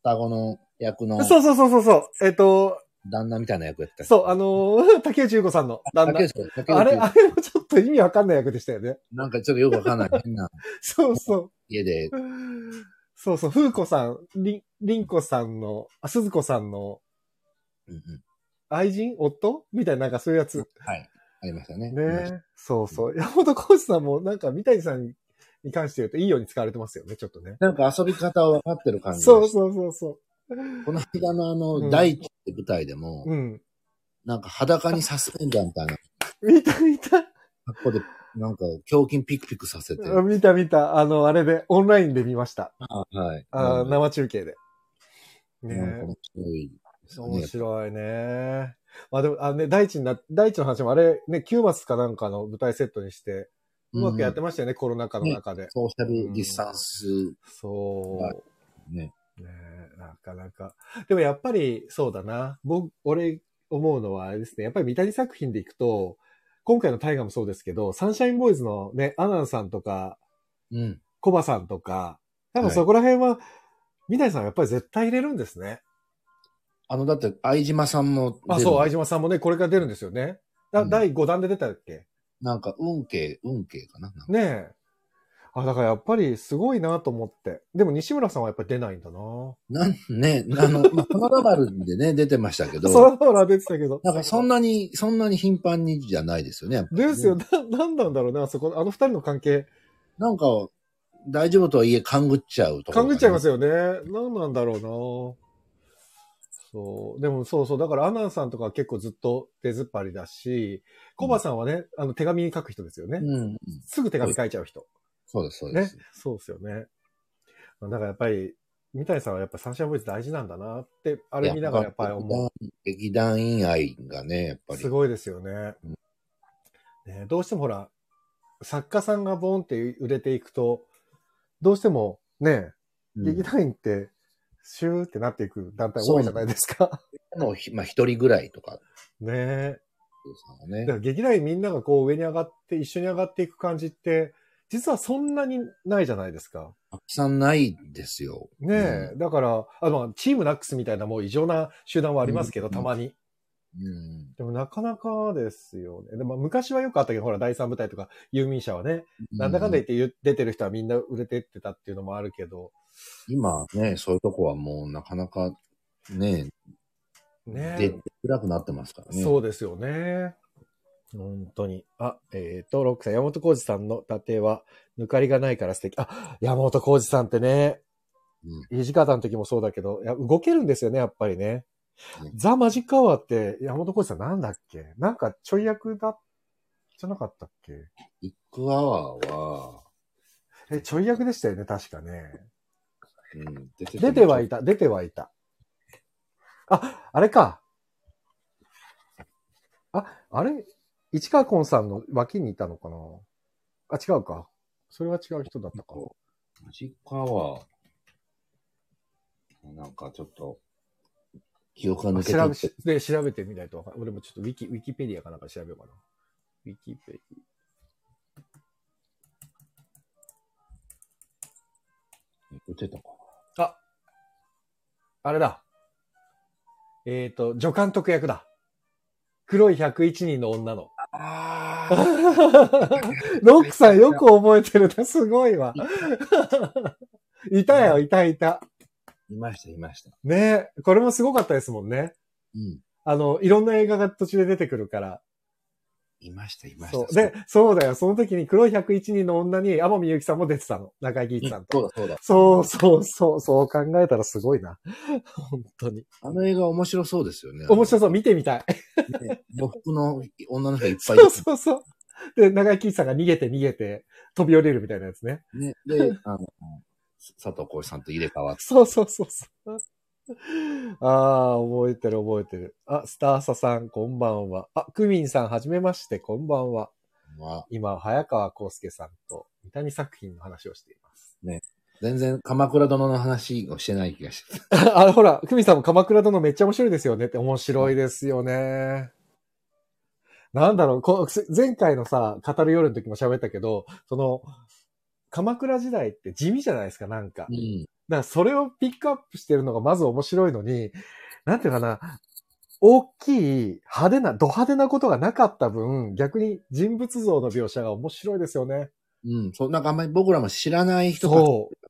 Speaker 2: 双子の役の
Speaker 1: そうそうそうそうそう。えっ、と、
Speaker 2: 旦那みたいな役やってた。
Speaker 1: そう、あのー竹内優子さんの旦
Speaker 2: 竹
Speaker 1: 那。
Speaker 2: 内君竹
Speaker 1: あ
Speaker 2: 内
Speaker 1: れ、
Speaker 2: 君
Speaker 1: あれもちょっと意味わかんない役でしたよね。
Speaker 2: なんかちょっとよくわかんない。変な
Speaker 1: そうそ
Speaker 2: 家で
Speaker 1: う。そうそう、風子さん、りん、りんこさんの、あ、鈴子さんの
Speaker 2: うんうん
Speaker 1: 愛人夫みたいな、なんかそういうやつ。
Speaker 2: はい。ありましたね。
Speaker 1: ねえ、そうそう。山本浩二さんもなんか三谷さんに関して言うといいように使われてますよね、ちょっとね。
Speaker 2: なんか遊び方は分かってる感じ。
Speaker 1: そうそうそうそ
Speaker 2: この間のあ
Speaker 1: う
Speaker 2: の、
Speaker 1: ん
Speaker 2: 大地って舞台でも、
Speaker 1: う。うん。
Speaker 2: なんか裸にサスペンダーみたいな
Speaker 1: 見た見た。
Speaker 2: 格好で、なんか胸筋ピクピクさせて。
Speaker 1: あ見た見た。あの、あれで、オンラインで見ました。
Speaker 2: はい。
Speaker 1: あ
Speaker 2: うん
Speaker 1: 生中継で。
Speaker 2: なんか
Speaker 1: ね
Speaker 2: 面白いです
Speaker 1: え。
Speaker 2: ね。
Speaker 1: 面白いね。まあでも、あのね、大地にな、大地の話もあれ、ね、キューマスかなんかの舞台セットにして、うまくやって
Speaker 2: ま
Speaker 1: ましたよね、コロナ禍の中で。
Speaker 2: す。ソーシャルディスタンス、
Speaker 1: そう。
Speaker 2: はいね。
Speaker 1: ねえ、なかなか。でもやっぱりそうだな。僕、俺思うのはあれですね。やっぱり三谷作品でいくと、今回の大河もそうですけど、サンシャインボーイズのね、アナンさんとか、
Speaker 2: うん。
Speaker 1: コバさんとか、多
Speaker 2: は
Speaker 1: 分
Speaker 2: い
Speaker 1: そこら辺は、三谷さんはやっぱり絶対入れるんですね。
Speaker 2: あの、だって、相島さんも出る。
Speaker 1: あ、そう、相島さんもね、これから出るんですよね。だ
Speaker 2: うん
Speaker 1: 第5弾で出たっけ、
Speaker 2: なんか、運慶、運慶かな。なんか
Speaker 1: ねえ。あ、だからやっぱりすごいなと思って。でも西村さんはやっぱり出ないんだな
Speaker 2: なん、ね、あの、まあ、花田丸でね、出てました けど、
Speaker 1: そらそら出てたけど。
Speaker 2: なんかそんなに、そんなに頻繁にじゃないですよね。やっぱりね
Speaker 1: ですよ、。な、なんなんだろうね、あそこ、あの二人の関係、
Speaker 2: なんか、大丈夫とはいえ、勘ぐっちゃうところ
Speaker 1: 勘
Speaker 2: がね、
Speaker 1: ぐっちゃいますよね。なんなんだろうなそう。でもそうそう、だからアナンさんとかは結構ずっと出ずっぱりだし、コバさんはね、あの手紙に書く人ですよね。
Speaker 2: うんうん。
Speaker 1: すぐ手紙書いちゃう人。
Speaker 2: そうです、そうで
Speaker 1: ね
Speaker 2: す。。
Speaker 1: そうですよね。だからやっぱり、三谷さんはやっぱサンシャインボーイズ大事なんだなって、あれ見ながらやっぱり思う。
Speaker 2: 劇団員愛がね、やっぱり。
Speaker 1: すごいですよね。ねどうしてもほら、作家さんがボンって売れていくと、どうしてもね、
Speaker 2: うん
Speaker 1: 劇団員って、シューってなっていく団体多いじゃないですか。
Speaker 2: の、ひまあ、一人ぐらいとか、
Speaker 1: ねえ。だか
Speaker 2: ね。
Speaker 1: ら劇団員みんながこう上に上がって、一緒に上がっていく感じって、実はそんなにないじゃないですか。
Speaker 2: たくさんないですよ。
Speaker 1: ねえ。だから、あの、チームナックスみたいなもう異常な集団はありますけど、
Speaker 2: うん
Speaker 1: たまに。
Speaker 2: うん。うん。
Speaker 1: でもなかなかですよね。でも昔はよくあったけど、ほら、第三部隊とか、有民者はね、なんだかんだ言って言う出てる人はみんな売れてってたっていうのもあるけど、
Speaker 2: 今ね、そういうとこはもうなかなかね、
Speaker 1: ね
Speaker 2: 出て暗くなってますからね。
Speaker 1: そうですよね。本当に。あ、えっ、と、ロックさん、山本浩二さんの伊達は、抜かりがないから素敵。あ、山本浩二さんってね、
Speaker 2: う
Speaker 1: 土方の時もそうだけど、いや動けるんですよね、やっぱりね。
Speaker 2: うん
Speaker 1: ザ・マジカワーって、山本浩二さんなんだっけなんかちょい役だ、じゃなかったっけ
Speaker 2: ビッグアワーは、
Speaker 1: え、ちょい役でしたよね、確かね。
Speaker 2: うん、出て
Speaker 1: 出てはいいた、出てはいた。あ、あれか。あ、あれ市川コンさんの脇にいたのかなあ、違うか。それは違う人だったか。
Speaker 2: マジカワー、なんかちょっと、記憶が抜けて
Speaker 1: 調べ
Speaker 2: きて、
Speaker 1: で、調べてみないとわかん俺もちょっとウィキ、ウィキペディアかなんか調べようかな。ウィキペディ
Speaker 2: 出てたか
Speaker 1: ア。あれだ。えっ、と、助監督役だ。黒い101人の女 の。
Speaker 2: な。
Speaker 1: ロ
Speaker 2: あ
Speaker 1: ックさんよく覚えてるな。すごいわ。いたよ、いたいた。
Speaker 2: いました、いました。
Speaker 1: ねえ、これもすごかったですもんね。
Speaker 2: うん。
Speaker 1: あの、いろんな映画が途中で出てくるから。
Speaker 2: いました、いま
Speaker 1: そ
Speaker 2: した。
Speaker 1: う。で、そうだよ。その時に黒い101人の女に天海祐希さんも出てたの。中井貴
Speaker 2: う
Speaker 1: 一
Speaker 2: ん
Speaker 1: さん
Speaker 2: そう
Speaker 1: と。
Speaker 2: だ、そう
Speaker 1: そう
Speaker 2: だ。
Speaker 1: そうそう、そう考えたらすごいな。本当に。
Speaker 2: あの映画面白そうですよね。
Speaker 1: 面白そう、見てみたい。
Speaker 2: ね 僕の女の人がいっぱいい
Speaker 1: そ
Speaker 2: る
Speaker 1: うそうそう。で、中井貴一さんが逃げて逃げて飛び降りるみたいなやつね。
Speaker 2: ね。で、あの、佐藤浩市さんと入れ替わって。
Speaker 1: そうそうそうそう。ああ、覚えてる覚えてる。あ、スターサさん、こんばんは。あ、クミンさん、はじめまして、こんばんは。
Speaker 2: まあ、
Speaker 1: 今、早川康介さんと三谷作品の話をしています。
Speaker 2: 全然鎌倉殿の話をしてない気がして。
Speaker 1: あ、ほら、久美さんも鎌倉殿めっちゃ面白いですよねって面白いですよね。なんだろうこ、前回のさ、語る夜の時も喋ったけど、その、鎌倉時代って地味じゃないですか、なんか。
Speaker 2: ん。
Speaker 1: だからそれをピックアップしてるのがまず面白いのに、なんていうかな、大きい派手な、ド派手なことがなかった分、逆に人物像の描写が面白いですよね。
Speaker 2: うん。そう、なんかあんまり僕らも知らない人ばっ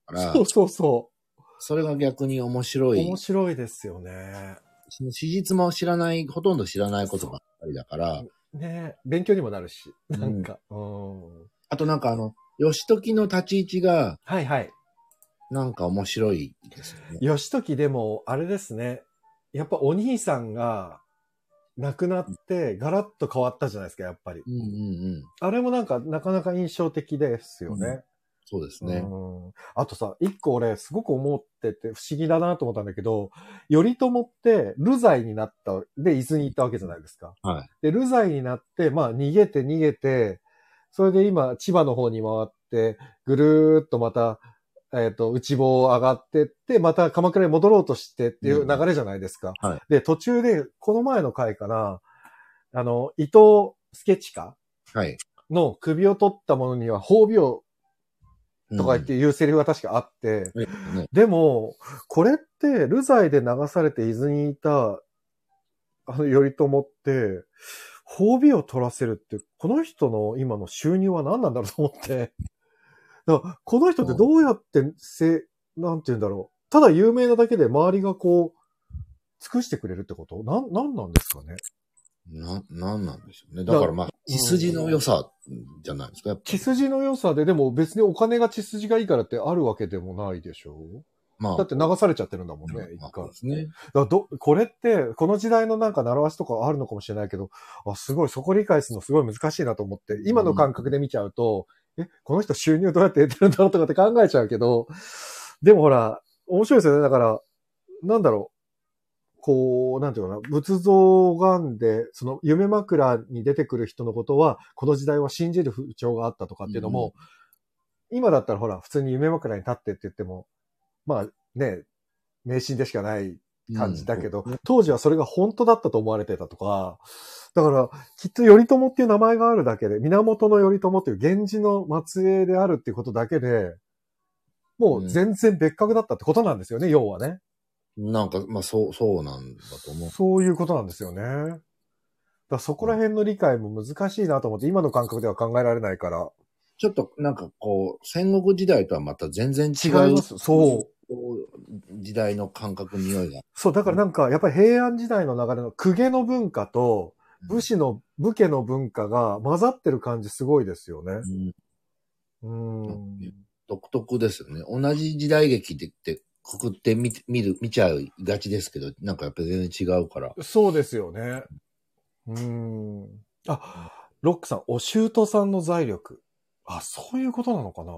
Speaker 2: か
Speaker 1: そう。
Speaker 2: りだか
Speaker 1: そ
Speaker 2: ら
Speaker 1: う、そうそう。
Speaker 2: それが逆に面白い
Speaker 1: 面。白いですよね。
Speaker 2: その史実も知らない、ほとんど知らないことばっかりだから、
Speaker 1: ねえ勉強にもなるし。
Speaker 2: うん
Speaker 1: なんか、うん。
Speaker 2: あとなんかあの、義時の立ち位置が、
Speaker 1: はいはい。
Speaker 2: なんか面白いですよね。
Speaker 1: 義時でも、あれですね。やっぱお兄さんが亡くなって、ガラッと変わったじゃないですか、やっぱり。
Speaker 2: うんうんうん。
Speaker 1: あれもなんか、なかなか印象的ですよね。
Speaker 2: そうですね。
Speaker 1: うんあとさ、一個俺、すごく思ってて、不思議だなと思ったんだけど、頼朝って、流罪になった、で、伊豆に行ったわけじゃないですか。
Speaker 2: はい。
Speaker 1: で、流罪になって、まあ、逃げて逃げて、それで今、千葉の方に回って、ぐるーっとまた、えっ、と、内房上がってって、また鎌倉に戻ろうとしてっていう流れじゃないですか。
Speaker 2: うんはい
Speaker 1: で、途中で、この前の回かな、あの、伊藤助親
Speaker 2: はい。
Speaker 1: の首を取った者には褒美を
Speaker 2: うん
Speaker 1: とか言って言うセリフが確かあって、
Speaker 2: ね
Speaker 1: でも、これって、流罪で流されて伊豆にいた、あの、頼朝って、褒美を取らせるって、この人の今の収入は何なんだろうと思って。だからこの人ってどうやってせ、なんて言うんだろう。ただ有名なだけで周りがこう、尽くしてくれるってことなん、なんなんですかね
Speaker 2: な、なんなんでしょうね。だからまあ、血筋の良さじゃないですか、やっぱ
Speaker 1: 血
Speaker 2: り。
Speaker 1: 筋の良さで、でも別にお金が血筋がいいからってあるわけでもないでしょ
Speaker 2: まあ、
Speaker 1: だって流されちゃってるんだもんね、一
Speaker 2: まあ
Speaker 1: 回
Speaker 2: そう。ですね。
Speaker 1: だからど、これって、この時代のなんか習わしとかあるのかもしれないけど、あ、すごい、そこ理解するのすごい難しいなと思って、今の感覚で見ちゃうと、え、この人収入どうやって得てるんだろうとかって考えちゃうけど、でもほら、面白いですよね。だから、なんだろう。こう、なんていうのかな、仏像がんで、その夢枕に出てくる人のことは、この時代は信じる風潮があったとかっていうのも、今だったらほら、普通に夢枕に立ってって言っても、まあね、迷信でしかない感じだけど、当時はそれが本当だったと思われてたとか、だから、きっと頼朝っていう名前があるだけで、源頼朝っていう源氏の末裔であるっていうことだけで、もう全然別格だったってことなんですよね、要はね。
Speaker 2: なんか、まあ、そう、そうなんだと思う。
Speaker 1: そういうことなんですよね。だからそこら辺の理解も難しいなと思って、今の感覚では考えられないから。
Speaker 2: ちょっと、なんかこう、戦国時代とはまた全然違。
Speaker 1: 違いうます。そう。
Speaker 2: こう時代の感覚、匂いが。
Speaker 1: そう、だからなんか、やっぱり平安時代の流れの公家の文化と、武士の、武家の文化が混ざってる感じすごいですよね
Speaker 2: う。ん
Speaker 1: うん。
Speaker 2: 独特ですよね。同じ時代劇でって、くくって見て見る、見ちゃいがちですけど、なんかやっぱ全然違うから。
Speaker 1: そうですよね。うん。あ、ロックさん、おシュートさんの財力。あ、そういうことなのかな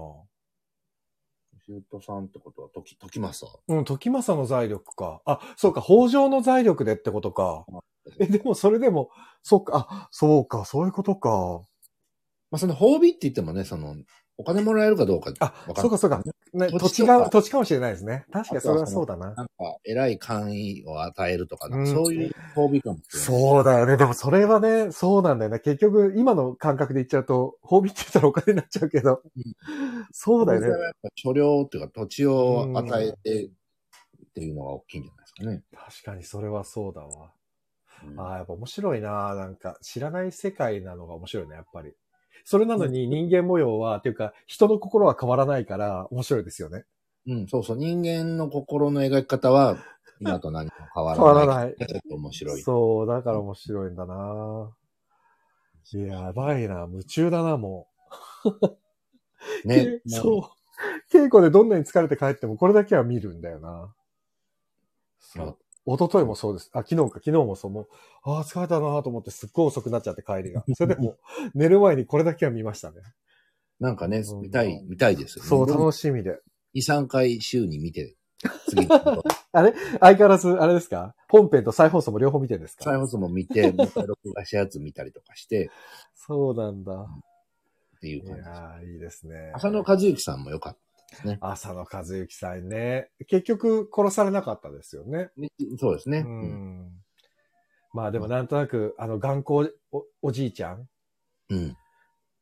Speaker 2: シュートさんってことは、時、時政
Speaker 1: うん、時政の財力か。あ、そうか、北条の財力でってことか。え、でもそれでも、そっか、あ、そうか、そういうことか。
Speaker 2: まあ、その、褒美って言ってもね、その、お金もらえるかどうか。
Speaker 1: あ
Speaker 2: わ、かんない
Speaker 1: そうか、そうか。ね、
Speaker 2: 土地と
Speaker 1: 土地
Speaker 2: か
Speaker 1: が、土地かもしれないですね。確かにそれはそうだな。
Speaker 2: なんか、偉い官位を与えるとか、なん
Speaker 1: うん
Speaker 2: かそういう褒美かもしれない。
Speaker 1: そうだよね。でもそれはね、そうなんだよね。結局、今の感覚で言っちゃうと、褒美って言ったらお金になっちゃうけど。そうだよ
Speaker 2: それ
Speaker 1: ね。
Speaker 2: はやっぱ、所領っていうか、土地を与えて、っていうのが大きいんじゃないですかね。
Speaker 1: 確かにそれはそうだわ。
Speaker 2: うん
Speaker 1: ああ、やっぱ面白いな。なんか、知らない世界なのが面白いね、やっぱり。それなのに人間模様は、っていうか、人の心は変わらないから、面白いですよね。
Speaker 2: うん、そうそう。人間の心の描き方は、今と何も変わら
Speaker 1: 変
Speaker 2: ない。
Speaker 1: わらない。
Speaker 2: ちょっと面白い。
Speaker 1: そう、だから面白いんだな。やばいな。夢中だな、もう。
Speaker 2: ね。
Speaker 1: けそう。稽古でどんなに疲れて帰っても、これだけは見るんだよな。そう。一昨日もそうです。あ、昨日か、昨日もそう。もう、ああ、疲れたなと思って、すっごい遅くなっちゃって帰りが。それで も、寝る前にこれだけは見ましたね。
Speaker 2: なんかね
Speaker 1: う、ん
Speaker 2: 見たい、見たいですよね。
Speaker 1: そう、
Speaker 2: 2、
Speaker 1: 楽しみで。
Speaker 2: 3回週に見て、次の
Speaker 1: 相変わらず、あれですか本編と再放送も両方見てるんです
Speaker 2: 再
Speaker 1: か
Speaker 2: 放送も 見て、もう一回録画したやつ見たりとかして、
Speaker 1: そうなんだ。
Speaker 2: ってい
Speaker 1: いう
Speaker 2: 感じです。
Speaker 1: やーいいですね。
Speaker 2: 浅野和之さんもよかっ
Speaker 1: 浅野和之さんね。結局、殺されなかったですよね。
Speaker 2: たね。そうですね。
Speaker 1: う
Speaker 2: うん
Speaker 1: ん。まあでも、なんとなく、あの、眼光おおじいちゃん
Speaker 2: うん。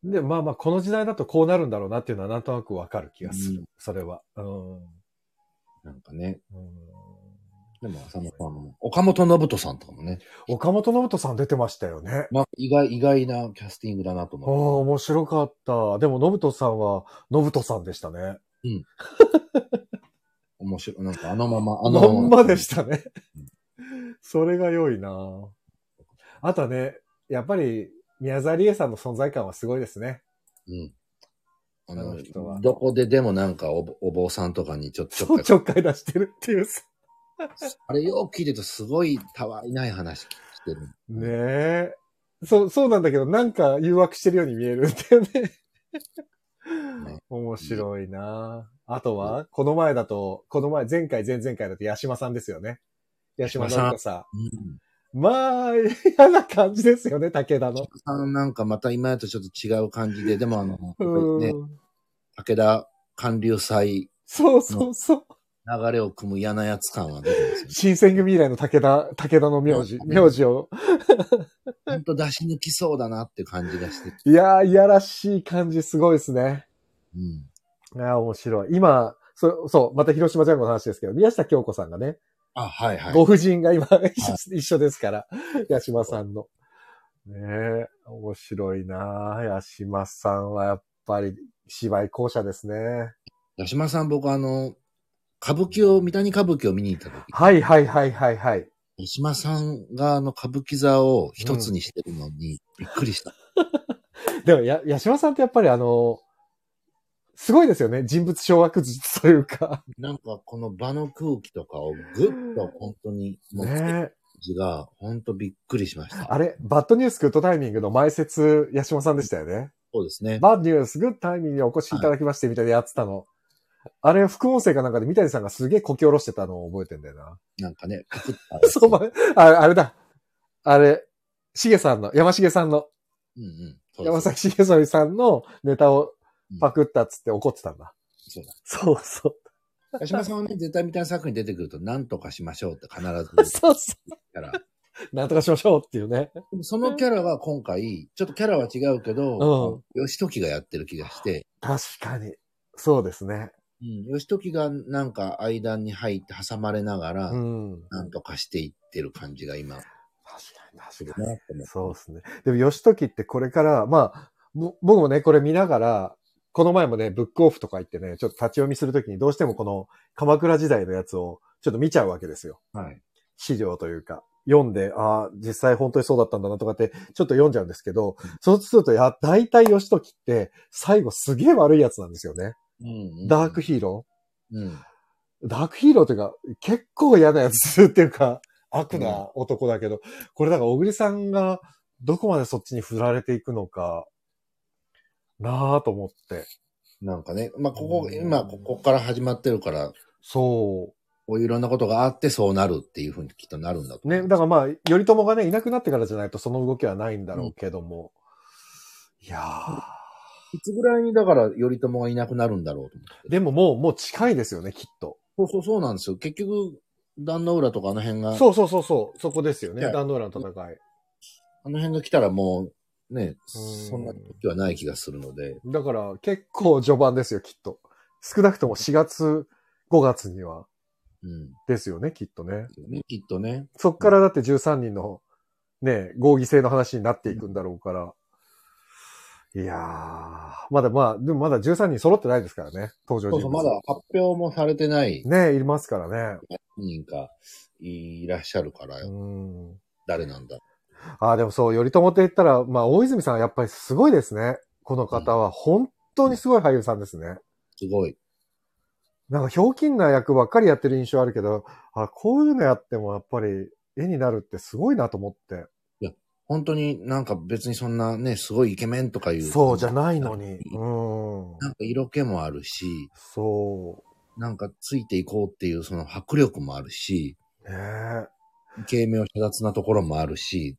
Speaker 1: で、まあまあ、この時代だとこうなるんだろうなっていうのはなんとなくわかる気がする。
Speaker 2: うん
Speaker 1: それは。うん。うん
Speaker 2: なんかね。でも浅野さんも、岡本信人さんとかもね、
Speaker 1: 岡本信人さん出てましたよね。
Speaker 2: まあ、意外、意外なキャスティングだなと
Speaker 1: ああ、
Speaker 2: 思っ
Speaker 1: 面白かった。でも、信人さんは、信人さんでしたね。
Speaker 2: て。面白い。なんかあのまま、
Speaker 1: あ
Speaker 2: あの
Speaker 1: まんまでしたね。それが良いなあとはね、やっぱり、宮沢りえさんの存在感はすごいですね。
Speaker 2: うん。あ
Speaker 1: あの人は
Speaker 2: の、どこででもなんかおぼお坊さんとかにちょっ
Speaker 1: そ
Speaker 2: と
Speaker 1: う、ち、ょっかい出してるっていうさ。
Speaker 2: あれよく聞いてるとすごいたわいない話聞いてる。
Speaker 1: ねえ。そう、そうなんだけど、なんか誘惑してるように見えるんだよね。
Speaker 2: ね
Speaker 1: 面白いなああとは、この前だと、この前、前回、前々回だと、八島さんですよね。八島
Speaker 2: 島
Speaker 1: さ
Speaker 2: さ
Speaker 1: ん
Speaker 2: ん
Speaker 1: とさ。
Speaker 2: うん。
Speaker 1: まあ、嫌な感じですよね、武田の。
Speaker 2: あのなんかまた今やとちょっと違う感じで、でもあの、
Speaker 1: うん。
Speaker 2: ね、武田官僚祭
Speaker 1: そうそうそう。
Speaker 2: 流れを組む嫌なやつ感は出てますよね。
Speaker 1: 新選組以来の武田、武田の名字、名字を。
Speaker 2: ほんと出し抜きそうだなって感じがして。
Speaker 1: いやー、いやらしい感じすごいですね。
Speaker 2: うん。
Speaker 1: ああ、面白い。今、そそう、また広島ジャンゴの話ですけど、宮下京子さんがね、
Speaker 2: あ、はいはい。
Speaker 1: ご婦人が今、 一緒ですから、八島さんの。ねえ、面白いなあ八島さんはやっぱり芝居校舎ですね。
Speaker 2: 八島さん、僕あの、歌舞伎を、三谷歌舞伎を見に行った時、
Speaker 1: はいはいはいはいはい。
Speaker 2: 八島さんがあの歌舞伎座を一つにしてるのに、びっくりした。
Speaker 1: でも、や、八島さんってやっぱりあの、すごいですよね。人物掌握術というか。
Speaker 2: なんかこの場の空気とかをぐっと本当に持ってる
Speaker 1: ねえ。
Speaker 2: 感じが、本当びっくりしました。
Speaker 1: あれ、バッドニュースグッドタイミングの前説、八島さんでしたよね。
Speaker 2: そうですね。
Speaker 1: バッドニュースグッドタイミングにお越しいただきましてみたいなやってたの。あれ、副音声かなんかで三谷さんがすげえこき下ろしてたのを覚えてんだよな。
Speaker 2: なんかね、パクッとあ れ
Speaker 1: そう、まあ、あれだ。あれ、しげさんの、山しげさんの、
Speaker 2: うんうん。そう
Speaker 1: 山
Speaker 2: そう
Speaker 1: 崎しげそりさんのネタをパクったっつって怒ってたんだ。
Speaker 2: そうだ。
Speaker 1: そうそう。
Speaker 2: 八島さんはね、絶対みたいな作品に出てくると、何とかしましょうって必ず言う
Speaker 1: そうそ
Speaker 2: キャ ラ。
Speaker 1: う。なんとかしましょうっていうね。
Speaker 2: でもそのキャラは今回、ちょっとキャラは違うけど、義時がやってる気がして、
Speaker 1: 確かに。そうですね。
Speaker 2: うん、義時がなんか間に入って挟まれながら、
Speaker 1: うん。
Speaker 2: なんとかしていってる感じが今、
Speaker 1: 確か
Speaker 2: す
Speaker 1: に、
Speaker 2: る
Speaker 1: 確かに。
Speaker 2: なって思う
Speaker 1: そうですね。でも、義時ってこれから、まあ、ぼ僕もね、これ見ながら、この前もね、ブックオフとか行ってね、ちょっと立ち読みするときにどうしてもこの鎌倉時代のやつをちょっと見ちゃうわけですよ。
Speaker 2: はい。
Speaker 1: 資料というか。読んで、ああ、実際本当にそうだったんだなとかって、ちょっと読んじゃうんですけど、そうすると、いや、大体義時って、最後すげえ悪いやつなんですよね。
Speaker 2: うんうん
Speaker 1: ダークヒーロ
Speaker 2: うん。
Speaker 1: ーダークヒーローというか、結構嫌なやつっていうか、悪な男だけど、これだから小栗さんがどこまでそっちに振られていくのか、なぁと思って。
Speaker 2: なんかね、まあ、ここ、
Speaker 1: うん
Speaker 2: 今、ここから始まってるから、
Speaker 1: そ
Speaker 2: こういろんなことがあって、そうなるっていうふうにきっとなるんだと
Speaker 1: う。
Speaker 2: 思う。
Speaker 1: ね、だからまあ、頼朝がね、いなくなってからじゃないとその動きはないんだろうけども。いや
Speaker 2: いつぐらいに、だから、頼朝がいなくなるんだろうと思
Speaker 1: ー。
Speaker 2: って。
Speaker 1: でももう、もう近いですよね、きっと。
Speaker 2: そうそうそうなんですよ。結局、壇の浦とかあの辺が、
Speaker 1: そうそうそうそう、そこですよね、
Speaker 2: はい
Speaker 1: 壇ノ浦の戦い。
Speaker 2: あの辺が来たらもう、ね、そんな時はない気がするので、
Speaker 1: だから結構序盤ですよ、きっと。少なくとも4月、5月には。
Speaker 2: うん。
Speaker 1: ですよね、きっとね。
Speaker 2: ねきっとね。
Speaker 1: そっからだって13人の、ね、合議制の話になっていくんだろうから。いやー、まだまあ、でもまだ13人揃ってないですからね、登場
Speaker 2: そう
Speaker 1: 人
Speaker 2: そう、
Speaker 1: 物。
Speaker 2: まだ発表もされてない
Speaker 1: ね、いますからね。
Speaker 2: 何人かいらっしゃるから、
Speaker 1: うん。
Speaker 2: 誰なんだ。
Speaker 1: ああ、でもそう、頼朝って言ったら、まあ、大泉さんはやっぱりすごいですね。この方は、本当にすごい俳優さんですね。
Speaker 2: すごい。
Speaker 1: なんか、ひょうきんな役ばっかりやってる印象あるけど、あこういうのやってもやっぱり絵になるってすごいなと思って。
Speaker 2: 本当になんか別にそんなね、すごいイケメンとかいう。
Speaker 1: そうじゃないのに。うん。
Speaker 2: なんか色気もあるし、
Speaker 1: そ
Speaker 2: なんかついていこうっていうその迫力もあるし、
Speaker 1: う。ねえ。
Speaker 2: 軽妙遮断なところもあるし、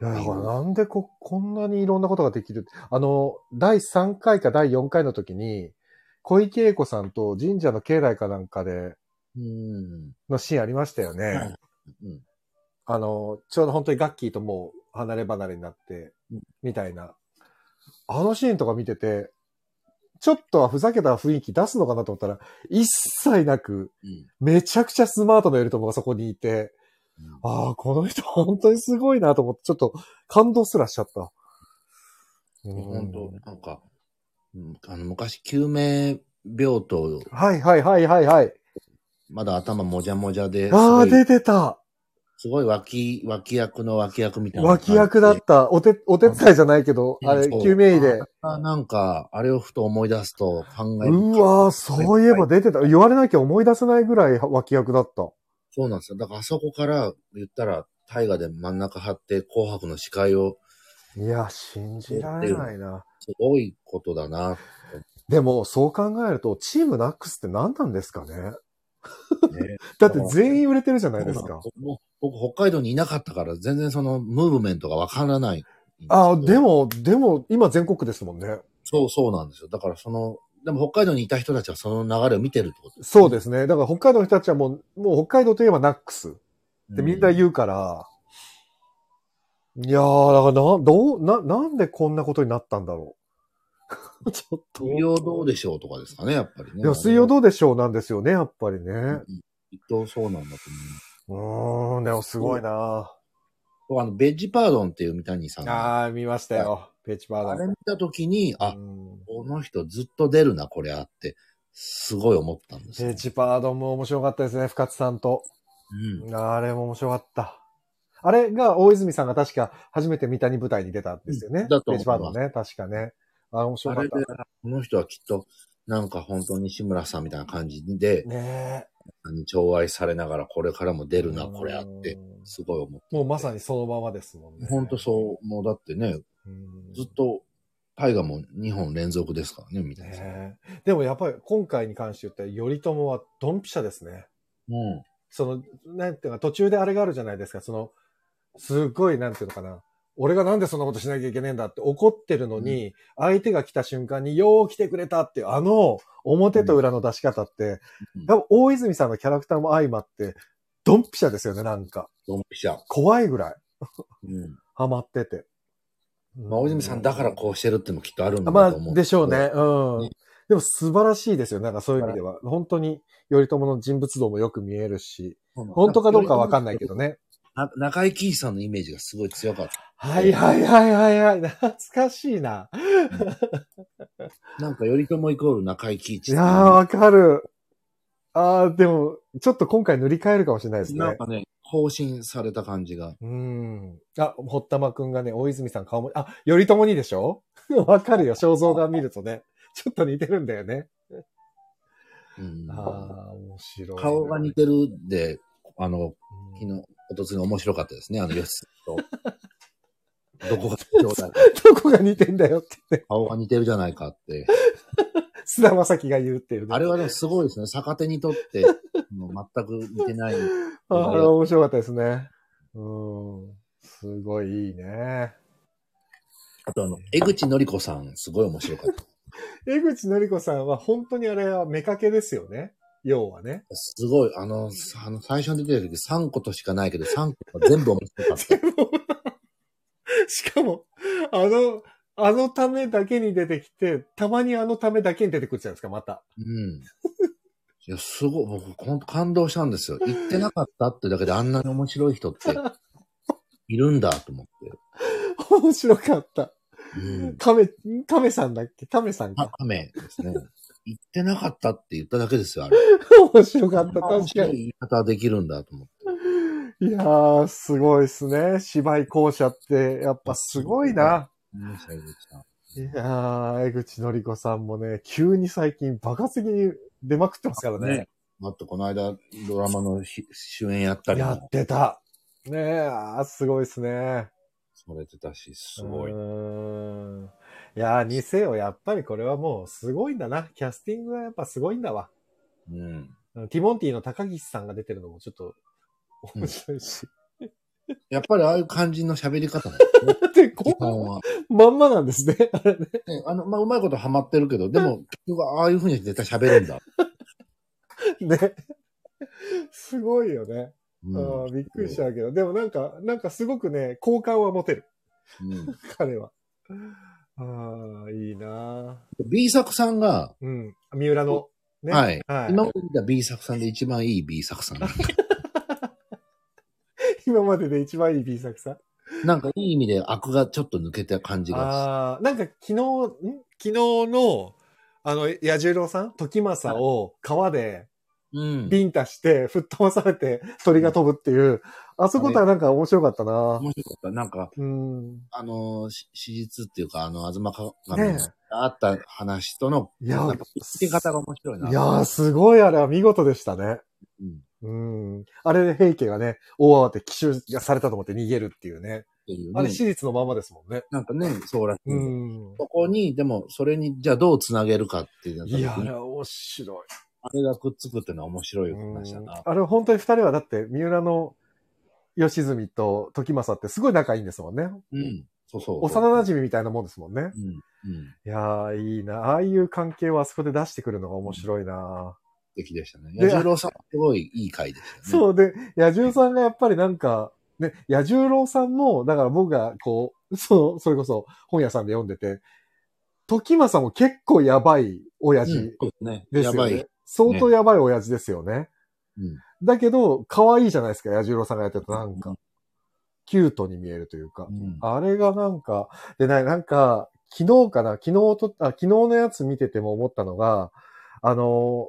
Speaker 1: いや、だから
Speaker 2: うん
Speaker 1: なんでこ、こんなにいろんなことができるってあの、第3回か第4回の時に、小池栄子さんと神社の境内かなんかで、
Speaker 2: うん。
Speaker 1: のシーンありましたよ
Speaker 2: はい
Speaker 1: ね。
Speaker 2: うん
Speaker 1: あの、ちょうど本当にガッキーともう離れ離れになって
Speaker 2: うん、
Speaker 1: みたいな。あのシーンとか見てて、ちょっとはふざけた雰囲気出すのかなと思ったら、一切なく、
Speaker 2: うん
Speaker 1: めちゃくちゃスマートな頼朝がそこにいて、
Speaker 2: うん
Speaker 1: ああ、この人 本当にすごいなと思って、ちょっと感動すらしちゃった。うん
Speaker 2: 本当なんか、うんあの昔救命病棟、
Speaker 1: はいはいはいはいはい。
Speaker 2: まだ頭もじゃもじゃで、す
Speaker 1: あ
Speaker 2: ご
Speaker 1: あ、
Speaker 2: い
Speaker 1: 出てた。
Speaker 2: すごい脇、脇役の脇役みたいな。
Speaker 1: 脇役だった。お手、お手伝いじゃないけど、
Speaker 2: うん
Speaker 1: あれ、
Speaker 2: そう
Speaker 1: 救命医で。
Speaker 2: あなんか、あれをふと思い出すと考える。
Speaker 1: うわーそういえば出てた。言われなきゃ思い出せないぐらい脇役だった。
Speaker 2: そうなんですよ。だからあそこから言ったら、大河で真ん中張って紅白の司会を、
Speaker 1: いや、信じられないな。
Speaker 2: すごいことだな。
Speaker 1: でも、そう考えると、チームナックスって何なんですかね
Speaker 2: ね、
Speaker 1: だって全員売れてるじゃないですか。
Speaker 2: もう僕、北海道にいなかったから、全然そのムーブメントがわからない。
Speaker 1: ああ、で。も、でも、今全国ですもんね。
Speaker 2: そうそうなんですよ。だからその、でも北海道にいた人たちはその流れを見てるってことです。
Speaker 1: そうですね。だから北海道の人たちはもう、もう北海道といえばナックス。ってみんな
Speaker 2: う
Speaker 1: 言うから、いやー、だからな、どう、な、なんでこんなことになったんだろ ちょっと。
Speaker 2: 水曜どうでしょうとかですかね、やっぱりね。
Speaker 1: でも水曜
Speaker 2: う
Speaker 1: どうでしょうなんですよね、やっぱりね。
Speaker 2: ね。きっとそうなんだと思
Speaker 1: う
Speaker 2: う。
Speaker 1: ーん、でもすごいな
Speaker 2: 僕あの、ベッジパードンっていう三谷さんが。
Speaker 1: ああー、見ましたよ。ペーチパー
Speaker 2: あ
Speaker 1: だ。
Speaker 2: れ見たときに、あ
Speaker 1: う、ん
Speaker 2: この人ずっと出るな、こりゃって、すごい思ったんです
Speaker 1: ペ
Speaker 2: よ
Speaker 1: ーチパードンも面白かったですね、深津さんと。
Speaker 2: うん。
Speaker 1: あれも面白かった。あれが、大泉さんが確か初めて三谷舞台に出たんですよね。
Speaker 2: うんだと
Speaker 1: ペ
Speaker 2: 思
Speaker 1: ー
Speaker 2: います
Speaker 1: チパードンね、確かね。あれ面白
Speaker 2: あ
Speaker 1: かっ
Speaker 2: れで、この人はきっと、なんか本当に志村さんみたいな感じで
Speaker 1: た。、ね
Speaker 2: 寵愛されながらこれからも
Speaker 1: え。
Speaker 2: 出るな、こりゃっ
Speaker 1: う
Speaker 2: て、
Speaker 1: ん
Speaker 2: すごい思っ
Speaker 1: もうまさにそのままですもん
Speaker 2: た。
Speaker 1: ね。
Speaker 2: 本当そう、もうだってね、
Speaker 1: うん。
Speaker 2: ずっと、大河も2本連続ですからね、みたいな。
Speaker 1: ねえでもやっぱり今回に関して言ったら、頼朝はドンピシャですね。
Speaker 2: うん。
Speaker 1: その、なんていうか、途中であれがあるじゃないですか、その、すっごい、なんていうのかな。俺がなんでそんなことしなきゃいけねえんだって怒ってるのに、相手が来た瞬間に、よう来てくれたっていう、あの、表と裏の出し方って、
Speaker 2: うん
Speaker 1: 多分大泉さんのキャラクターも相まって、ドンピシャですよね、なんか。
Speaker 2: ドンピシャ。
Speaker 1: 怖いぐらい、
Speaker 2: うん。
Speaker 1: ハマってて。
Speaker 2: まあ、大泉さんだからこうしてるってのもきっとあるんだ
Speaker 1: ま
Speaker 2: ろう
Speaker 1: あ
Speaker 2: と思う。、
Speaker 1: でしょうね。。う
Speaker 2: ね
Speaker 1: ん。でも素晴らしいですよ。なんかそういう意味では。本当に、頼朝の人物像もよく見えるし、本当かどうかわかんないけどね。
Speaker 2: な。中井貴一さんのイメージがすごい強かった。
Speaker 1: はいはいはいはいはい。懐かしいな。
Speaker 2: なんか、頼朝イコール中井貴
Speaker 1: い
Speaker 2: 一。
Speaker 1: やー、わかる。あー、でも、ちょっと今回塗り替えるかもしれないです
Speaker 2: なん
Speaker 1: ね。
Speaker 2: かね、更新された感じが。
Speaker 1: うん。あ、堀田真くんがね、大泉さん顔も、あ、頼朝にでしょ わかるよ、肖像画見るとね。ちょっと似てるんだよね。
Speaker 2: うん
Speaker 1: あー、面白いな。
Speaker 2: 顔が似てるで、あの、
Speaker 1: うん
Speaker 2: 昨日、おとつに面白かったですね、あの、よしと。 どこが兄弟か
Speaker 1: どこが似てんだよってね、
Speaker 2: 顔が似てるじゃないかって。
Speaker 1: 菅田将暉が言うっていうね、
Speaker 2: あれはでもすごいですね。逆手に とって、もう全く似てない。
Speaker 1: ああれは面白かったですね。うん。すごいいいね。
Speaker 2: あとあの、江口のり子さん、すごい面白かった。
Speaker 1: 江口のり子さんは本当にあれは目かけですよね。要はね。
Speaker 2: すごい、あの、さあの最初に出てる時3個としかないけど、3個が全部面白か った。
Speaker 1: しかも、あの、あのためだけに出てきて、たまにあのためだけに出てくるじゃないですか、また。
Speaker 2: うん。いや、すごい、僕、ほんと感動したんですよ。行ってなかったってだけであんなに面白い人っているんだと思って。
Speaker 1: 面白かった。
Speaker 2: うん。
Speaker 1: 亀、亀さんだっけ亀さん
Speaker 2: あ
Speaker 1: か。
Speaker 2: カメですね。行ってなかったって言っただけですよ、あれ。
Speaker 1: 面白かった、
Speaker 2: 面
Speaker 1: 確か
Speaker 2: 白い
Speaker 1: に。
Speaker 2: 言い方できるんだと思って。
Speaker 1: いやー、すごいですね。芝居校舎って、やっぱすごいな。
Speaker 2: うん最後ちゃん
Speaker 1: いやー、江口のりこさんもね、急に最近バカすぎに出まくってますからね。
Speaker 2: あと、この間、ドラマのひ主演やったり
Speaker 1: や
Speaker 2: も
Speaker 1: っ、てた。ねえ、あーすごいですね。。
Speaker 2: されてたし、すごいう
Speaker 1: ーんいやー、にせよ、やっぱりこれはもうすごいんだな。キャスティングがやっぱすごいんだわ。
Speaker 2: うん。
Speaker 1: うんティモンティの高岸さんが出てるのもちょっと面白いし。。
Speaker 2: やっぱりああいう感じの喋り 方なんですね
Speaker 1: だって、
Speaker 2: 基
Speaker 1: こ
Speaker 2: 本は。
Speaker 1: んまんまなんですね。 あれね
Speaker 2: ねあの、まあ、うまいことハマってるけど、でも、結局ああいうふうに絶対喋るんだ。
Speaker 1: ね。すごいよね。
Speaker 2: うん。
Speaker 1: あーびっくりしちゃうけど。でもなんか、なんかすごくね、好感は持てる。
Speaker 2: うん
Speaker 1: 彼は。ああ、いいな
Speaker 2: B 作さんが、
Speaker 1: ぁうん。三浦の。ね。。
Speaker 2: はいい。今まで見た B 作さんで一番いい B 作 さん。
Speaker 1: 今までで一番いい B 作さん。
Speaker 2: なんかいい意味で悪がちょっと抜けた感じが
Speaker 1: ああ、なんか昨日、ん昨日の、あの、彌十郎さん時政を川で
Speaker 2: する。うん。
Speaker 1: ビンタして、吹っ飛ばされて鳥が飛ぶっていう、あそことはなんか面白かったな
Speaker 2: 面白かった。なんか、
Speaker 1: うん。
Speaker 2: あの、し史実っていうか、あの、東か
Speaker 1: ね
Speaker 2: があった話との、
Speaker 1: いや
Speaker 2: なんか付け方が面白いな。
Speaker 1: いやー、すごいあれは見事でしたね。
Speaker 2: うん。っ
Speaker 1: うん。あれで平家がね、大慌て奇襲がされたと思って逃げるっていうね。
Speaker 2: ていう
Speaker 1: あれ
Speaker 2: ね。
Speaker 1: 史実のままですもんね。
Speaker 2: なんかね、そうらしい。
Speaker 1: うん。
Speaker 2: そこに、でも、それに、じゃあどうつなげるかっていう。
Speaker 1: いや、あれは面白
Speaker 2: あれがくっつくっていうのは面白
Speaker 1: い。
Speaker 2: い話だな。
Speaker 1: あれ本当に二人はだって、三浦の吉住と時政ってすごい仲いいんですもんね。
Speaker 2: うん。そうそう。
Speaker 1: 幼馴染みたいなもんですもんね。
Speaker 2: うん。うん。
Speaker 1: いやー、いいな。ああいう関係をあそこで出してくるのが面白いな。
Speaker 2: 素敵でしたね。
Speaker 1: で
Speaker 2: 彌十郎さん、すごいいい回でしたね。
Speaker 1: そうで、野獣さんがやっぱりなんか、ね、野獣郎さんも、だから僕がこう、その、それこそ本屋さんで読んでて、時政も結構やばい親父
Speaker 2: うんそうですね。
Speaker 1: ですよ
Speaker 2: や
Speaker 1: ね。
Speaker 2: ばい。
Speaker 1: 相当やばい親父ですよね。
Speaker 2: うん
Speaker 1: だけど、可愛いじゃないですか、矢十郎さんがやってた。なんか、キュートに見えるというか。
Speaker 2: うん
Speaker 1: あれがなんか、でな、なんか、昨日かな昨日と、あ、昨日のやつ見てても思ったのが、あの、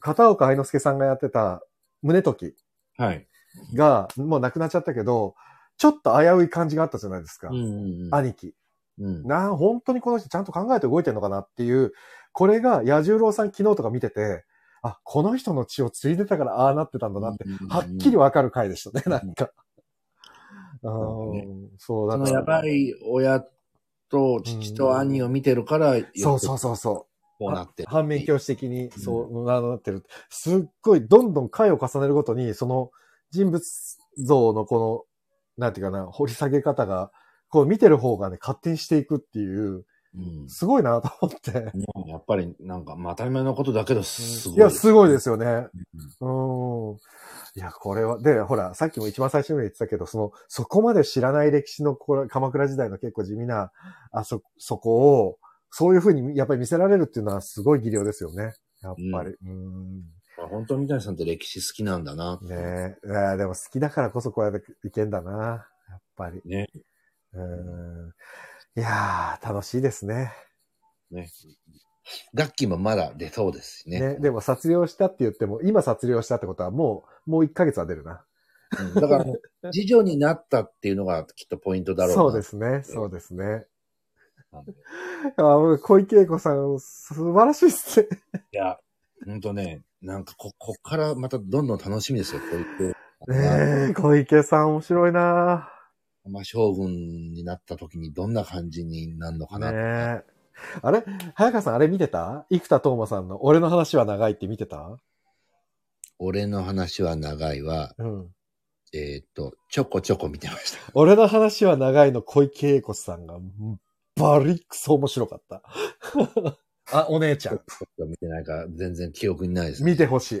Speaker 1: 片岡愛之助さんがやってた、胸時
Speaker 2: はい。
Speaker 1: が、もう亡くなっちゃったけど、ちょっと危うい感じがあったじゃないですか。
Speaker 2: うんうんうん。
Speaker 1: 兄貴。
Speaker 2: うん
Speaker 1: なあ、本当にこの人ちゃんと考えて動いてるのかなっていう、これが矢十郎さん昨日とか見てて、あ、この人の血を継いでたからああなってたんだなって、はっきりわかる回でしたね、
Speaker 2: うん
Speaker 1: なんか。あ
Speaker 2: そうね
Speaker 1: ーそう、だ
Speaker 2: そ
Speaker 1: か
Speaker 2: の
Speaker 1: ら。
Speaker 2: やばい親と父と兄を見てるから、
Speaker 1: そうそううそうそう。
Speaker 2: こうなってる。
Speaker 1: 反面教師的に、
Speaker 2: うん
Speaker 1: そう、ああなってる。すっごい、どんどん回を重ねるごとに、その人物像のこの、なんていうかな、掘り下げ方が、こう見てる方がね、勝手にしていくっていう、
Speaker 2: うん
Speaker 1: すごいなと思って。
Speaker 2: うんやっぱりなんか、まあ当たり前のことだけど、すごい。
Speaker 1: いや、すごいですよね。うん。いや、これは、で、ほら、さっきも一番最初に言ってたけど、その、そこまで知らない歴史の、これ鎌倉時代の結構地味な、あそ、そこを、そういうふうに、やっぱり見せられるっていうのはすごい技量ですよね。やっぱり。うん。
Speaker 2: まあ本当、三谷さんって歴史好きなんだな。
Speaker 1: ねえ。いやでも好きだからこそこうやっていけんだな。やっぱり。
Speaker 2: ね。
Speaker 1: うん。いやー、楽しいですね。
Speaker 2: 楽器もまだ出そうですしね。
Speaker 1: ね。でも、卒業したって言っても、今卒業したってことは、もう、もう1ヶ月は出るな。
Speaker 2: うんだから、次女になったっていうのがきっとポイントだろうな。。
Speaker 1: そうですすね。そうですね。
Speaker 2: なんで
Speaker 1: あもう小池栄子さん、素晴らしいっす ね。
Speaker 2: いや、ほんとね、なんかこ、こっからまたどんどん楽しみですよ、こう言って。
Speaker 1: ねえ、小池さん面白いな
Speaker 2: まあ、将軍になった時にどんな感じになるのかな。
Speaker 1: ねえ。あれ早川さん、あれ見てた生田斗真さんの俺の話は長いって見てた
Speaker 2: 俺の話は長いは、
Speaker 1: うん。
Speaker 2: えーっと、ちょこちょこ見てました。
Speaker 1: 俺の話は長いの小池栄子さんが、バリックソ面白かった。 あ、お姉ちゃん。
Speaker 2: 見てないから、全然記憶にないです、
Speaker 1: 見てほしい。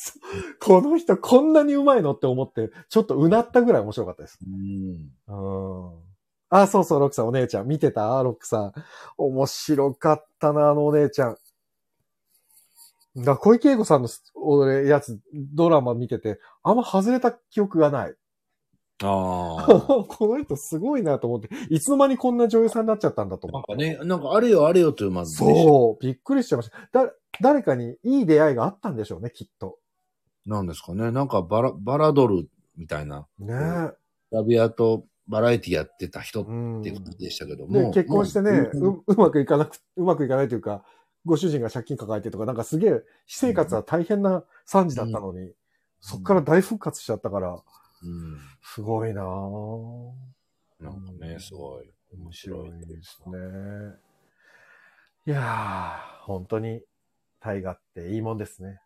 Speaker 1: この人こんなにうまいのって思って、ちょっとうなったぐらい面白かったです。
Speaker 2: うん。
Speaker 1: うん。あ、そうそう、ロックさん、お姉ちゃん。見てたロックさん。面白かったな、あのお姉ちゃん。だ小池栄子さんの俺やつ、ドラマ見てて、あんま外れた記憶が ない。
Speaker 2: ああ。
Speaker 1: この人すごいなと思って、いつの間にこんな女優さんになっちゃったんだと
Speaker 2: な
Speaker 1: 思
Speaker 2: ん
Speaker 1: っ
Speaker 2: か
Speaker 1: て。
Speaker 2: ね、なんかあれよあれよというまずでしょ
Speaker 1: そう、びっくりしちゃいました。だ、誰かにいい出会いがあったんでしょうね、きっと。
Speaker 2: なんですかね。なんかバラ、バラドルみたいな、
Speaker 1: ね
Speaker 2: うんラビアとバラエティやってた人っ
Speaker 1: うん。
Speaker 2: ていう
Speaker 1: で
Speaker 2: ことでしたけども。
Speaker 1: 結婚してね、
Speaker 2: もう
Speaker 1: ううまくいかなく、うまくいかないというか、ご主人が借金抱えてとか、なんかすげえ、私生活は大変な惨事だったのに、そっから大復活しちゃったから、
Speaker 2: うん。
Speaker 1: すごいなぁ。
Speaker 2: なんかね、すごい面白い
Speaker 1: 面白ですね。いやー、本当に、大河っていいもんです ね。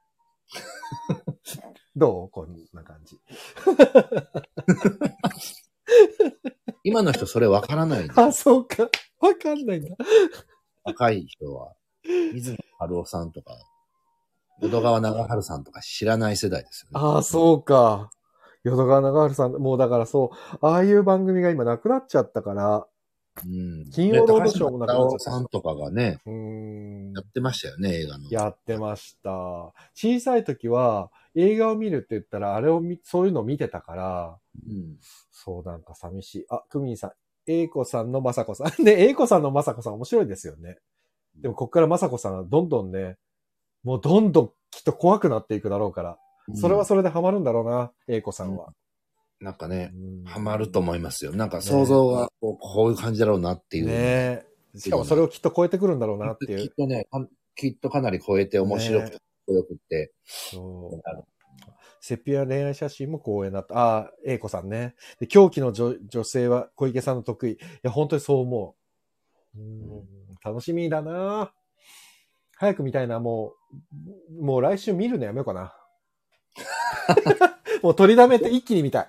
Speaker 1: どうこんな感じ。
Speaker 2: 今の人それわからない。
Speaker 1: あ、そうか。わかんないんだ。
Speaker 2: 若い人は、水野春夫さんとか、淀川長春さんとか知らない世代ですよね。
Speaker 1: ああ、そうか。淀川長春さん、もうだからそう、ああいう番組が今なくなっちゃったから、
Speaker 2: うん。
Speaker 1: 金曜ロードショーもな
Speaker 2: なん
Speaker 1: か
Speaker 2: か。高島忠夫さんとかがね、
Speaker 1: うーん
Speaker 2: や、ってましたよね、映画の。
Speaker 1: やってました。小さい時は映画を見るって言ったら、あれを見、そういうのを見てたから、
Speaker 2: うん。
Speaker 1: そうなんか寂しい。あ、クミンさん、英子さんのまさこさん。ね、英子さんのまさこさん面白いですよね。でもこっからまさこさんはどんどんね、もうどんどんきっと怖くなっていくだろうから、それはそれでハマるんだろうな、英子さんは。
Speaker 2: なんかね、
Speaker 1: うん
Speaker 2: ハマると思いますよ。なんか想像がこうこういう感じだろうなっていう。
Speaker 1: ねえ。しかもそれをきっと超えてくるんだろうなってい
Speaker 2: きっ
Speaker 1: う。
Speaker 2: とね、かんきっとかなり超えて面白くて、
Speaker 1: ね
Speaker 2: かっこよくて。
Speaker 1: そう
Speaker 2: あの
Speaker 1: セピア恋愛写真も光栄だった。ああ、英子さんね。で、狂気の女女性は小池さんの得意。いや、本当にそう思う。うん、楽しみだな早く見たいな、もう。もう来週見るのやめようか な。もう取りだめて一気に見たい。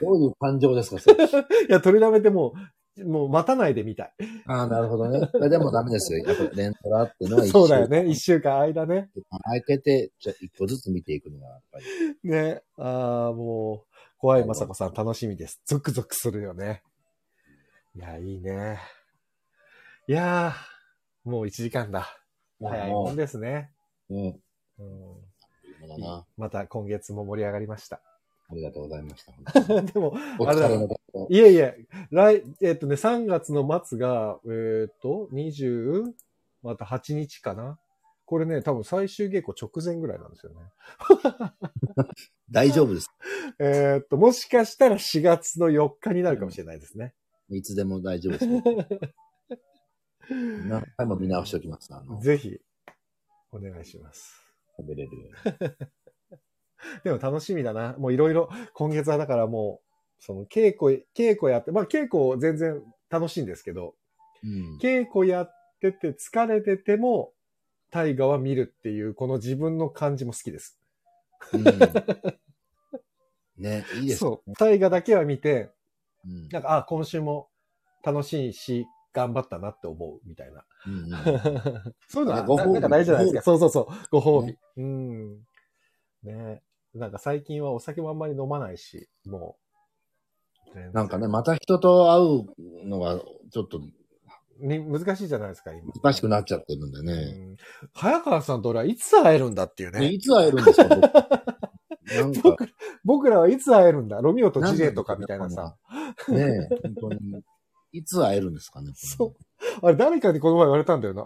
Speaker 2: どういう感情ですか、それ。
Speaker 1: いや、取りだめてもう、もう待たないで見たい。
Speaker 2: ああ、なるほど ね。いやでもダメですよ。やっぱレントラっていうのは一
Speaker 1: そうだよね。
Speaker 2: 週
Speaker 1: 一週間間ね。
Speaker 2: 間空けて、じゃあ一個ずつ見ていくのが、やっぱり。
Speaker 1: ね。ああ、もう、怖いまさこさん楽しみです。ゾクゾクするよね。いや、いいね。いやもう1時間だ。早いもんですね。
Speaker 2: うん。
Speaker 1: うん
Speaker 2: だな。
Speaker 1: また今月も盛り上がりました。
Speaker 2: ありがとうございました。
Speaker 1: でも、
Speaker 2: お疲れのところ。
Speaker 1: いえいえ、来、えっ、とね、3月の末が、えっ、と、20、また8日かな。これね、多分最終稽古直前ぐらいなんですよね。
Speaker 2: 大丈夫です。
Speaker 1: えっ、と、もしかしたら4月の4日になるかもしれないですね。
Speaker 2: いつでも大 丈夫です。何回も見直しておきます。あの、
Speaker 1: ぜひ、お願いします。
Speaker 2: 食べれるよ
Speaker 1: でも楽しみだな。もういろいろ、今月はだからもう、その稽古、稽古やって、まあ稽古全然楽しいんですけど、
Speaker 2: うに。
Speaker 1: 稽古やってて疲れてても、大河は見るっていう、この自分の感じも好きです。
Speaker 2: うん。うん、ね、いいです。
Speaker 1: そう。大河だけは見て、
Speaker 2: うん。
Speaker 1: なんか、あ、今週も楽しいし、頑張ったなって思うみた いな。
Speaker 2: うんうん
Speaker 1: そういうのは
Speaker 2: ねご褒美
Speaker 1: なんか大事じゃないですか。そうそうそう。ご褒美。うん。ねなんか最近はお酒もあんまり飲まないし、もう。ね
Speaker 2: なんかね、また人と会うのがちょっと
Speaker 1: に難しいじゃないですか、今。
Speaker 2: 難しくなっちゃってるんで
Speaker 1: う
Speaker 2: ね。
Speaker 1: ん早川さんと俺はいつ会えるんだっていう
Speaker 2: ね
Speaker 1: ね。
Speaker 2: いつ会えるんで すか僕なんか
Speaker 1: 僕僕らはいつ会えるんだロミオとジレとかみたいなさ。。
Speaker 2: ねえ、本当に。いつ会えるんですかね。
Speaker 1: そう。あれ、誰かにこの前言われたんだよな。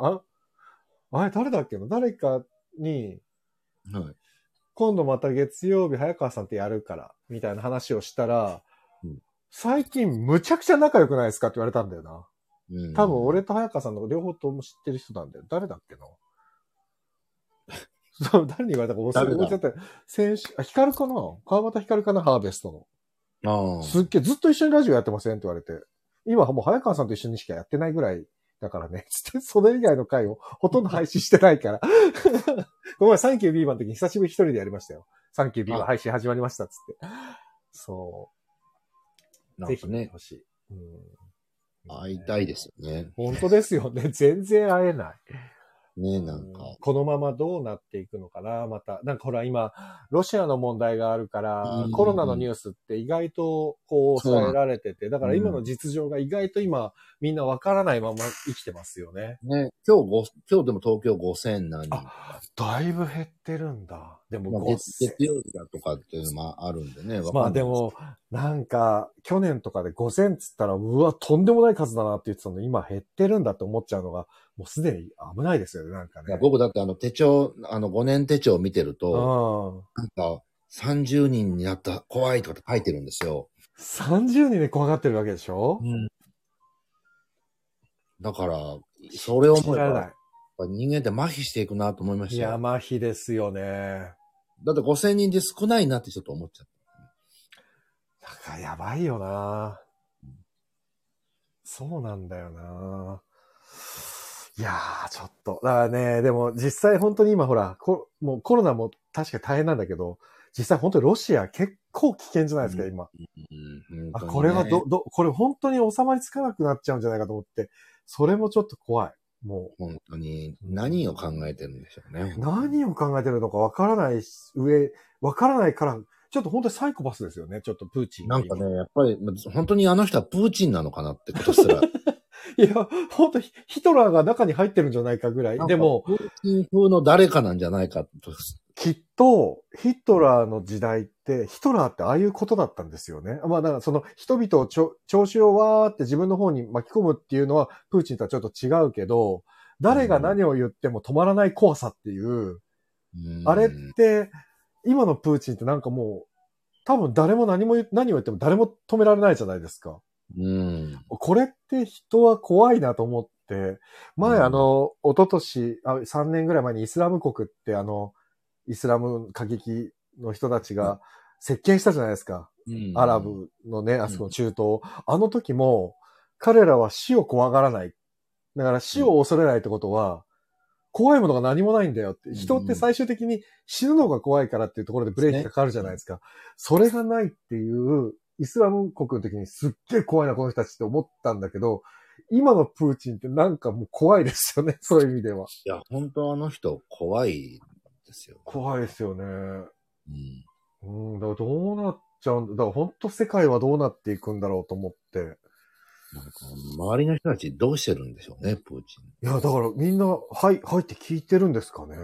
Speaker 1: あ、あれ、誰だっけな誰かに、
Speaker 2: う。はい。
Speaker 1: 今度また月曜日、早川さんってやるから、みたいな話をしたら、
Speaker 2: うん
Speaker 1: 最近むちゃくちゃ仲良くないですかって言われたんだよな。
Speaker 2: うん
Speaker 1: 多分俺と早川さんの両方とも知ってる人なんだよ。誰だっけな そう誰に言われたか忘れ
Speaker 2: 誰だ
Speaker 1: 忘れちゃった。先週、あ、ヒカルかな川端ヒカルかなハーベスト
Speaker 2: あ
Speaker 1: の。
Speaker 2: あ。
Speaker 1: すっげえ、ずっと一緒にラジオやってませんって言われて。今はもう早川さんと一緒にしかやってないぐらいだからね。 つって、それ以外の回をほとんど配信してないから。 ごめん、サンキュービーバーの時に久しぶりに一人でやりましたよ。サンキュービーバー配信始まりましたっつって。そ
Speaker 2: な
Speaker 1: う。
Speaker 2: ん
Speaker 1: ぜ
Speaker 2: か
Speaker 1: ひね
Speaker 2: ね、、
Speaker 1: 欲しい。うん
Speaker 2: 会いたいですよね。
Speaker 1: 本当ですよね。 全然会えない。
Speaker 2: ねえ、なんか。
Speaker 1: このままどうなっていくのかな、また。なんかほら、今、ロシアの問題があるから
Speaker 2: うん、
Speaker 1: コロナのニュースって意外とこう
Speaker 2: そう
Speaker 1: 抑えられてて、だから今の実情が意外と今、みんなわからないまま生きてますよね。
Speaker 2: ね、今日ご、今日でも東京5000何人。
Speaker 1: あ、だいぶ減ってるんだ。で
Speaker 2: ま
Speaker 1: も
Speaker 2: あ
Speaker 1: 5
Speaker 2: 月
Speaker 1: 千
Speaker 2: 月曜日だとかっていうのもあるんでね。わかん
Speaker 1: ま
Speaker 2: な
Speaker 1: あ
Speaker 2: い
Speaker 1: で、も、なんか、去年とかで5000っつったら、うわ、とんでもない数だなって言ってたのに、今減ってるんだって思っちゃうのが、もうすでに危ないですよね、なんか
Speaker 2: いや
Speaker 1: ね。
Speaker 2: 僕だってあの手帳、あの5年手帳を見てる
Speaker 1: う
Speaker 2: と、
Speaker 1: ん。
Speaker 2: なんか30人になった怖いとかって書いてるんですよ。
Speaker 1: 30人で怖がってるわけでしょ
Speaker 2: だから、それを思
Speaker 1: 知
Speaker 2: えば、
Speaker 1: ら
Speaker 2: や
Speaker 1: な
Speaker 2: っ
Speaker 1: い。
Speaker 2: ぱ人間って麻痺していくなと思いましたよ。
Speaker 1: 山火ですよね。
Speaker 2: だって5000人で少ないなってちょっと思っちゃっ
Speaker 1: だからやばいよな。そうなんだよな。いやー、ちょっと。だからね、でも実際本当に今ほら、コもうコロナも確かに大変なんだけど、実際本当にロシア結構危険じゃないですか、
Speaker 2: うん
Speaker 1: 今。
Speaker 2: た。うん
Speaker 1: あ、これは、
Speaker 2: 本
Speaker 1: ど、ど、これ本当に収まりつかなくなっちゃうんじゃないかと思って、それもちょっと怖い。もう。
Speaker 2: 当にね本当に何を考えてるんでしょうね。
Speaker 1: 何を考えてるのかわからない上、わからないから、ちょっと本当にサイコパスですよね、ちょっとプーチン。
Speaker 2: なんかね、。やっぱり、ま本当にあの人はプーチンなのかなってこと すら。
Speaker 1: いや、本当ヒヒトラーが中に入ってるんじゃないかぐらい。でも、
Speaker 2: なんか、プーチン風の誰かなんじゃないかと。
Speaker 1: きっと、ヒトラーの時代って、ヒトラーってああいうことだったんですよね。まあ、だからその人々をちょ調子をわーって自分の方に巻き込むっていうのは、プーチンとはちょっと違うけど、誰が何を言っても止まらない怖さっていう、
Speaker 2: うん
Speaker 1: あれって、今のプーチンってなんかもう、多分誰も何も言う、何を言っても誰も止められないじゃないですか。
Speaker 2: うん。
Speaker 1: これって人は怖いなと思って、前
Speaker 2: うん
Speaker 1: あの、一昨年あ、3年ぐらい前にイスラム国ってあの、イスラム過激の人たちが席巻したじゃないですか。
Speaker 2: うん
Speaker 1: アラ。ブのね、あそこの中東。あの時も、彼らは死を怖がらない。だから死を恐れないってことは、怖いものが何もないんだよっ
Speaker 2: う
Speaker 1: て。
Speaker 2: ん
Speaker 1: 人って最終的に死ぬのが怖いからっていうところでブレーキがかかるじゃないですか。それがないっていう、イスラム国の時にすっげえ怖いな、この人たちって思ったんだけど、今のプーチンってなんかもう怖いですよね、 そういう意味では。
Speaker 2: いや、本当あの人怖いですよ。
Speaker 1: 怖いですよね。
Speaker 2: うん。
Speaker 1: うん、だからどうなっちゃうんだ。だから本当世界はどうなっていくんだろうと思って。
Speaker 2: なんか周りの人たちどうしてるんでしょうね、プーチ
Speaker 1: いや、だからみんな、はい、はいって聞いてるんですかね。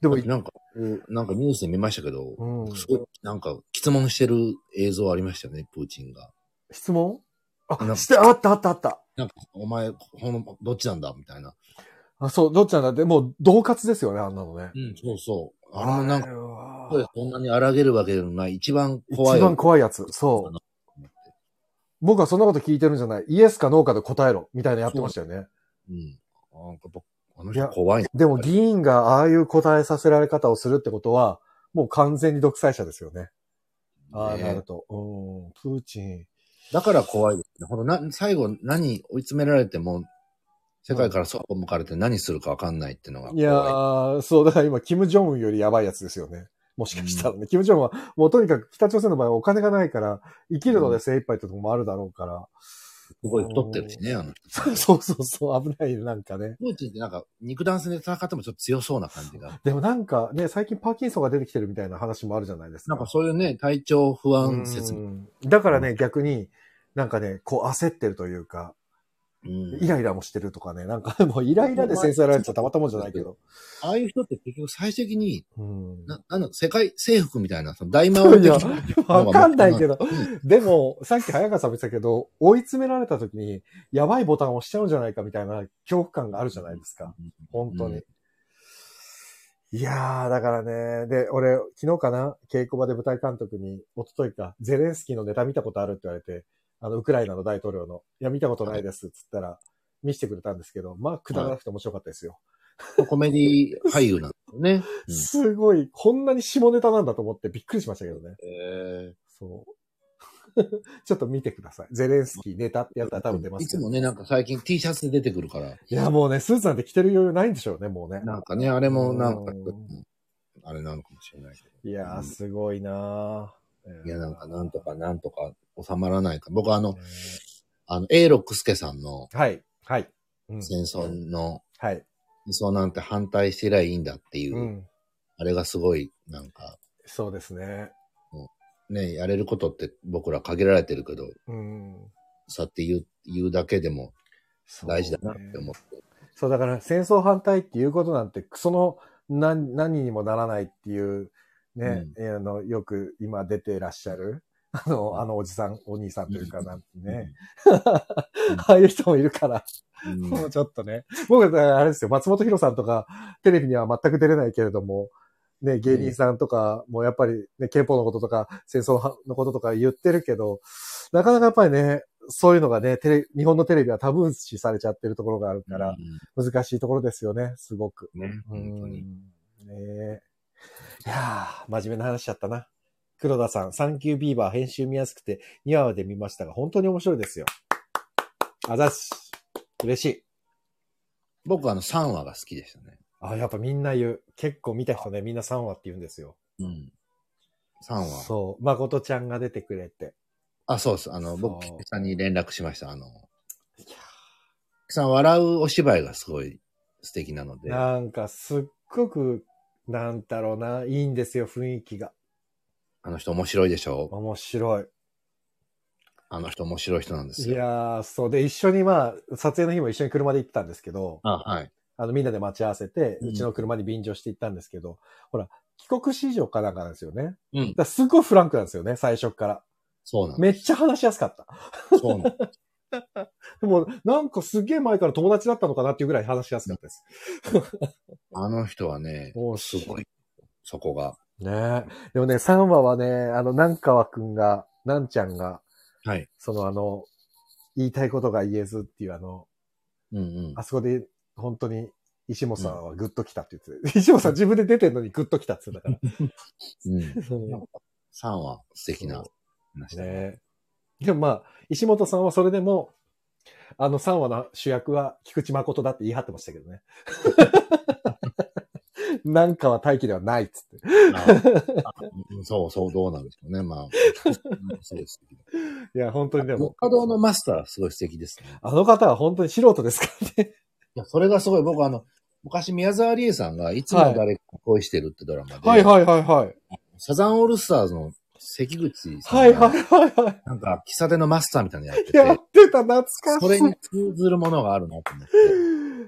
Speaker 1: でも、
Speaker 2: ン。なんか、なんかニュースで見ましたけど、
Speaker 1: うん、
Speaker 2: すごい、なんか、質問してる映像ありましたよね、プーチンが。
Speaker 1: 質問
Speaker 2: なんか
Speaker 1: あ、して、あったあったあった。
Speaker 2: なんか、お前、ほんの、どっちなんだみたいな。
Speaker 1: あ、そう、どっちなんだって、もう、同活ですよね、あんなのね。
Speaker 2: うん、そうそう。あれもなんか、
Speaker 1: れは
Speaker 2: 声こんなに荒げるわけでもない、一番怖い。
Speaker 1: 一番怖いやつ。そう。
Speaker 2: う。
Speaker 1: 僕はそんなこと聞いてるんじゃない。イエスかノーかで答えろ。みたいなやってましたよね。
Speaker 2: うん。なんか僕、あの
Speaker 1: いや
Speaker 2: 人怖いな
Speaker 1: でも議員がああいう答えさせられ方をするってことは、もう完全に独裁者ですよね。ああ、
Speaker 2: ね
Speaker 1: なると。うん。プーチン。
Speaker 2: だから怖いですね。ほんとな、最後何追い詰められても、世界からそこ向かれて何するかわかんないっていうのが怖
Speaker 1: い
Speaker 2: い。
Speaker 1: やー、そう、だから今、キム・ジョンウンよりやばいやつですよね。もしかしたらね。キム・ジョンウンは、もうとにかく北朝鮮の場合はお金がないから、生きるので精一杯ってとこもあるだろうから。
Speaker 2: すごい太ってるしね、あの 人。
Speaker 1: そうそうそう、危ない、なんかね。
Speaker 2: プーチンってなんか、肉弾戦で戦ってもちょっと強そうな感じが。
Speaker 1: でもなんかね、最近パーキンソンが出てきてるみたいな話もあるじゃないですか。
Speaker 2: なんかそういうね、体調不安説
Speaker 1: う
Speaker 2: も。
Speaker 1: んだからね、逆に、なんかね、こう焦ってるというか、
Speaker 2: うん
Speaker 1: イライラもしてるとかね、なんかもうイライラで制裁られちゃたまったもんじゃないけど。
Speaker 2: ああいう人って結局最終的に、
Speaker 1: うん
Speaker 2: な、なんだ、世界征服みたいな、その大魔王的
Speaker 1: いや
Speaker 2: な
Speaker 1: わかんないけど
Speaker 2: う、ん
Speaker 1: でも、さっき早川さんも言ってたけど、追い詰められた時に、やばいボタンを押しちゃうんじゃないかみたいな恐怖感があるじゃないですか。本当に。
Speaker 2: う
Speaker 1: いやー、だからね、で、俺、昨日かな、稽古場で舞台監督に、一昨日か、ゼレンスキーのネタ見たことあるって言われて、あの、ウクライナの大統領の、いや、見たことないです、つったら、見せてくれたんですけど、まあ、くだらなくて面白かったですよ。
Speaker 2: コメディ俳優なんですよね。うん
Speaker 1: すごい、こんなに下ネタなんだと思ってびっくりしましたけどね。
Speaker 2: えー
Speaker 1: そう。 ちょっと見てください。ゼレンスキーネタってやったら多分出ます
Speaker 2: い
Speaker 1: け
Speaker 2: つ
Speaker 1: ど。
Speaker 2: もね、なんか最近 T シャツで出てくるから。
Speaker 1: いや、もうね、スーツなんて着てる余裕ないんでしょうね、もうね。
Speaker 2: なんかね、あれもなんか、
Speaker 1: う
Speaker 2: うんんあれなのかもしれないけ
Speaker 1: いやー、すごいなー
Speaker 2: ど。いや、なんかなんとかなんとか収まらないか。僕はあの
Speaker 1: ね、
Speaker 2: あの、A ロックスケさんの
Speaker 1: はい、はい。うん
Speaker 2: 戦争の、
Speaker 1: はい。
Speaker 2: 戦争なんて反対してりゃいいんだっていう、
Speaker 1: うん。
Speaker 2: あれがすごい、なんか、
Speaker 1: そうですね。
Speaker 2: ね、やれることって僕ら限られてるけど、
Speaker 1: うん。
Speaker 2: そうやって言う、言うだけでも大事だなって
Speaker 1: そうね
Speaker 2: 思って。
Speaker 1: そう、だから戦争反対っていうことなんて、その何何にもならないっていう、ね、あの、よく今出てらっしゃる、あの、あのおじさん、お兄さんというかなんてね、あ あいう人もいるから、
Speaker 2: うん。
Speaker 1: もうちょっとね。僕、だからあれですよ、松本博さんとか、テレビには全く出れないけれども、ね、芸人さんとかもやっぱり、ね、憲法のこととか、戦争のこととか言ってるけど、なかなかやっぱりね、そういうのがね、テレ日本のテレビはタブー視されちゃってるところがあるから、難しいところですよね、すごく。
Speaker 2: うんね、本当に。
Speaker 1: うん。ねえいやー、真面目な話しちゃったな。黒田さん、サンキュービーバー編集見やすくて2話まで見ましたが、本当に面白いですよ。あざっし。嬉しい。
Speaker 2: 僕はあの3話が好きでしたね。
Speaker 1: あ、やっぱみんな言う。結構見た人ね、みんな3話って言うんですよ。
Speaker 2: うん。3話。
Speaker 1: そう。誠ちゃんが出てくれて。
Speaker 2: あ、そうです。あの、僕、
Speaker 1: そう
Speaker 2: 菊池さんに連絡しました。あの、菊池さん笑うお芝居がすごい素敵なので、
Speaker 1: なんかすっごく、なんだろうな、いいんですよ、雰囲気が。
Speaker 2: あの人面白いでしょ
Speaker 1: 面白い。
Speaker 2: あの人面白い人なんです
Speaker 1: い
Speaker 2: よ。
Speaker 1: やー、そう。で、一緒にまあ、撮影の日も一緒に車で行ってたんですけど、
Speaker 2: あ、はい。
Speaker 1: あの、みんなで待ち合わせて、
Speaker 2: うん
Speaker 1: うちの車に便乗して行ったんですけど、ほら、帰国子女かなんかなんですよね。
Speaker 2: う
Speaker 1: だ
Speaker 2: ん
Speaker 1: からすごいフランクなんですよね、最初っから。
Speaker 2: そうなんで
Speaker 1: めっちゃ話しやすかった。
Speaker 2: す。そうなんです
Speaker 1: もう、なんかすげえ前から友達だったのかなっていうぐらい話しやすかったです。
Speaker 2: あの人はね
Speaker 1: お、
Speaker 2: すごい。そこが。
Speaker 1: ねえ。でもね、3話はね、あの、南川くんが、なんちゃんが、
Speaker 2: はい。
Speaker 1: そのあの、言いたいことが言えずっていうあの、
Speaker 2: うんうん
Speaker 1: あ。そこで本当に石本さんはグッときたって言ってて、石本さん自分で出てんのにグッときたって言ってたか
Speaker 2: うん、
Speaker 1: ら。そう
Speaker 2: 3話、素敵な話だね。
Speaker 1: ねでもまあ、石本さんはそれでも、あの3話の主役は菊池誠だって言い張ってましたけ どね。なんかは大気ではないっつって。
Speaker 2: ああうんそうそう、どうなんでしょうね。まあ、そうです。
Speaker 1: いや、本当にでも
Speaker 2: 木。下堂のマスター、すごい素敵ですね。
Speaker 1: あの方は本当に素人ですからね。
Speaker 2: いや、それがすごい。僕あの、昔宮沢りえさんがいつも誰か恋してるってドラマで、
Speaker 1: はいはいはいはい。
Speaker 2: サザンオールスターズの関口さんが
Speaker 1: はいはいはいはい。
Speaker 2: なんか、喫茶店のマスターみたいなのやって、
Speaker 1: やっててた、懐かしい。
Speaker 2: それに通ずるものがあるなと思っ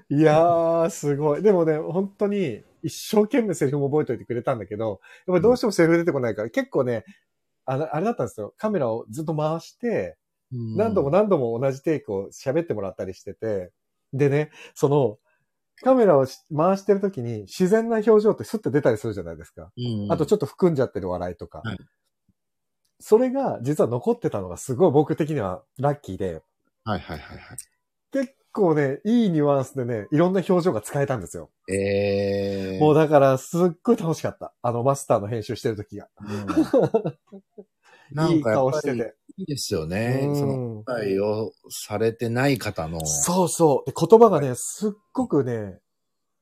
Speaker 2: て。
Speaker 1: いやー、すごい。でもね、本当に、一生懸命セリフも覚えておいてくれたんだけど、やっぱりどうしてもセリフ出てこないから、結構ね、あのあれだったんですよ。カメラをずっと回して、何度も何度も同じテイクを喋ってもらったりしてて、でね、その、カメラをし回してる時に自然な表情ってスッて出たりするじゃないですか。
Speaker 2: うん
Speaker 1: あとちょっと含んじゃってる笑いとか。
Speaker 2: はい
Speaker 1: それが実は残ってたのがすごい僕的にはラッキーで、
Speaker 2: はいはいはいは
Speaker 1: 結構ね、いいニュアンスでね、いろんな表情が使えたんですよ。
Speaker 2: い。えー。
Speaker 1: もうだからすっごい楽しかった。あのマスターの編集してる時が。
Speaker 2: うんなんか
Speaker 1: いい
Speaker 2: やっ
Speaker 1: 顔し
Speaker 2: ぱ
Speaker 1: て
Speaker 2: り
Speaker 1: て。
Speaker 2: いいですよね
Speaker 1: う。ん
Speaker 2: その、理解をされてない方の。
Speaker 1: そうそう。で言葉がね、すっごくね、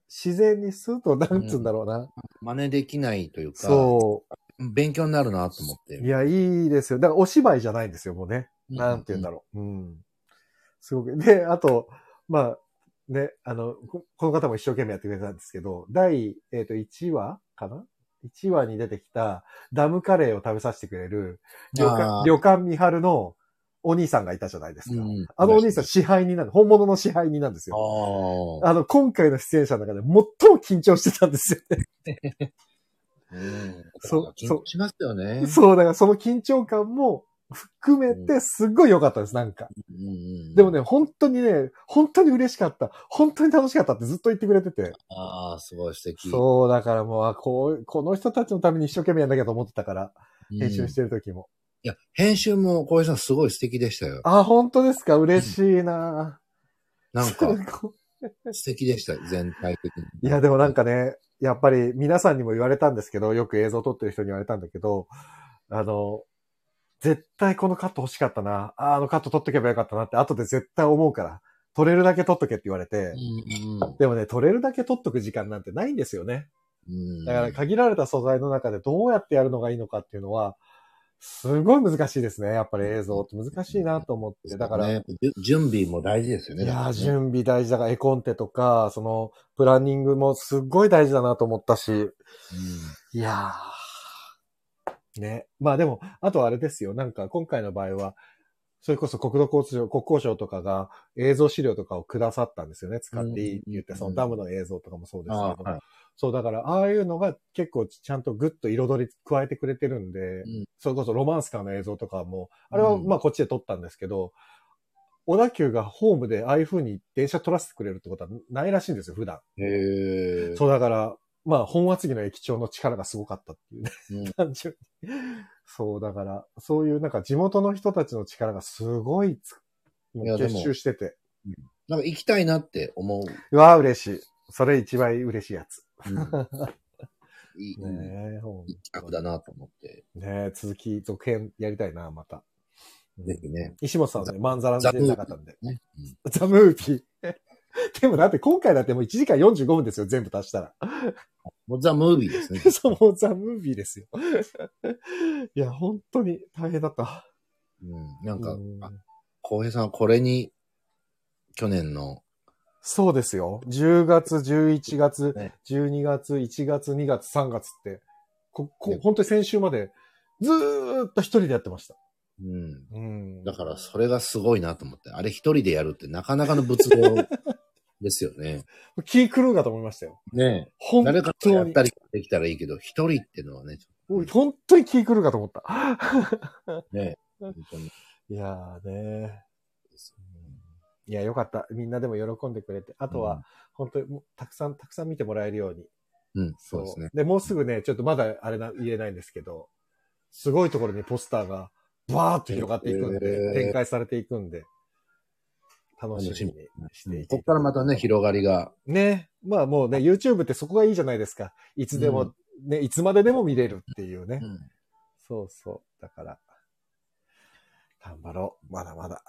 Speaker 1: 自然にスーッと、なんつうんだろうな。
Speaker 2: 真似できないというか、
Speaker 1: そ
Speaker 2: 勉強になるなと思っ
Speaker 1: う。
Speaker 2: て。
Speaker 1: いや、いいですよ。だからお芝居じゃないんですよ、もうね。
Speaker 2: うん
Speaker 1: なんて言うんだろう。うん。すごく。で、あと、まあ、ね、あの、ここの方も一生懸命やってくれたんですけど、第、えっ、と、1話かな ?1 話に出てきたダムカレーを食べさせてくれる旅
Speaker 2: あ
Speaker 1: 館、
Speaker 2: ー
Speaker 1: 旅館三春のお兄さんがいたじゃないですか。
Speaker 2: うん
Speaker 1: あのお兄さん支配人なんで、本物の支配人なんですよ。
Speaker 2: ああ。
Speaker 1: あの、今回の出演者の中で最も緊張してたんですよね。
Speaker 2: うん
Speaker 1: そう
Speaker 2: 緊張しますよね。
Speaker 1: そう、だからその緊張感も含めて、すっごい良かったです、なんか。
Speaker 2: うんうん
Speaker 1: でもね、、本当にね、本当に嬉しかった。本当に楽しかったってずっと言ってくれてて。
Speaker 2: ああ、すごい素敵。
Speaker 1: そう、だからもう、あこう、この人たちのために一生懸命やんなきゃと思ってたから、
Speaker 2: うん
Speaker 1: 編集してる時も。
Speaker 2: いや、編集も小林さんすごい素敵でし たよ。
Speaker 1: あ、本当ですか嬉しいなぁ
Speaker 2: な んか、
Speaker 1: すごい
Speaker 2: 素敵でした、全体的に。
Speaker 1: いや、でもなん
Speaker 2: か、
Speaker 1: かね、やっぱり皆さんにも言われたんですけど、よく映像撮ってる人に言われたんだけど、あの、絶対このカット欲しかったな。あ、あのカット撮っとけばよかったなって、後で絶対思うから、撮れるだけ撮っとけって言われて
Speaker 2: う、んうん
Speaker 1: でもね、撮れるだけ撮っとく時間なんてないんですよね。
Speaker 2: うん、
Speaker 1: だから限られた素材の中でどうやってやるのがいいのかっていうのは、すごい難しいですね。やっぱり映像って難しいなと思って。だから、
Speaker 2: ね、じゅ準備も大事ですよね。
Speaker 1: いやー、
Speaker 2: だからね
Speaker 1: 準備大事だから、絵コンテとか、その、プランニングもすっごい大事だなと思ったし、いやー。ね。まあでも、あとあれですよ。なんか今回の場合は、それこそ国土交通省、国交省とかが映像資料とかをくださったんですよね。使っていいって言って、
Speaker 2: うん
Speaker 1: そのダムの映像とかもそう
Speaker 2: うん
Speaker 1: ですけ
Speaker 2: あ
Speaker 1: ど
Speaker 2: あ、。はい
Speaker 1: そう、だから、ああいうのが結構ちゃんとグッと彩り加えてくれてるんで、
Speaker 2: うん
Speaker 1: それこそロマンスカーの映像とかも、あれは
Speaker 2: うん
Speaker 1: まあこっちで撮ったんですけど、小田急がホームでああいう風に電車撮らせてくれるってことはないらしいんですよ、普段。
Speaker 2: へえ。
Speaker 1: そう、だから、まあ本厚木の駅長の力がすごかったっていうね、
Speaker 2: う ん
Speaker 1: 単純に。そう、だから、そういうなんか地元の人たちの力がすごいつ、
Speaker 2: いやでも
Speaker 1: 結集してて。
Speaker 2: なんか行きたいなって思う。
Speaker 1: うわあ、嬉しい。それ一番嬉しいやつ。
Speaker 2: うんいい、
Speaker 1: ねえ、ほん
Speaker 2: いい企画だなと思って。
Speaker 1: ねえ、続き、続編やりたいな、また。
Speaker 2: ぜひね。
Speaker 1: 石本さんはね、まんざらでなかったんで。
Speaker 2: ね。
Speaker 1: ザムー ビー。でもだって今回だってもう1時間45分ですよ、全部足 したら。
Speaker 2: もうザ・ムービーですね。
Speaker 1: そのザムービーですよ。いや、本当に大変だった。
Speaker 2: うん。なん
Speaker 1: う
Speaker 2: か、
Speaker 1: ん
Speaker 2: あ浩平さんはこれに、去年の、
Speaker 1: そうですよ。10月、11月、
Speaker 2: ね
Speaker 1: 12月、1月、2月、3月って、こ、こ
Speaker 2: ね、
Speaker 1: 本当に先週までずーっと一人でやってました。
Speaker 2: うん。
Speaker 1: うん
Speaker 2: だからそれがすごいなと思って。あれ一人でやるってなかなかの物量ですよね。
Speaker 1: キークルーだと思いましたよ。
Speaker 2: ね
Speaker 1: 本
Speaker 2: 誰かと
Speaker 1: 当
Speaker 2: やっ
Speaker 1: に
Speaker 2: た。りできたらいいけど、一人ってのはね、ちょ
Speaker 1: もう
Speaker 2: っ
Speaker 1: 本当に気狂うかと思った。
Speaker 2: とね。本当に
Speaker 1: いやーねいや、よかった。みんなでも喜んでくれて。あとは、、本当にもうたくさん、たくさん見てもらえるように。
Speaker 2: うん、そうですね。
Speaker 1: で、もうすぐね、ちょっとまだあれな、言えないんですけど、すごいところにポスターが、バーっと広がっていくんで、
Speaker 2: へー
Speaker 1: 展開されていくんで、楽しみにしてい
Speaker 2: ここからまたね、広がりが。
Speaker 1: ね。まあもうね、YouTube ってそこがいいじゃないですか。いつでも、ね、いつまででも見れるっていうね。
Speaker 2: うん
Speaker 1: そうそう。だから、頑張ろう。まだまだ。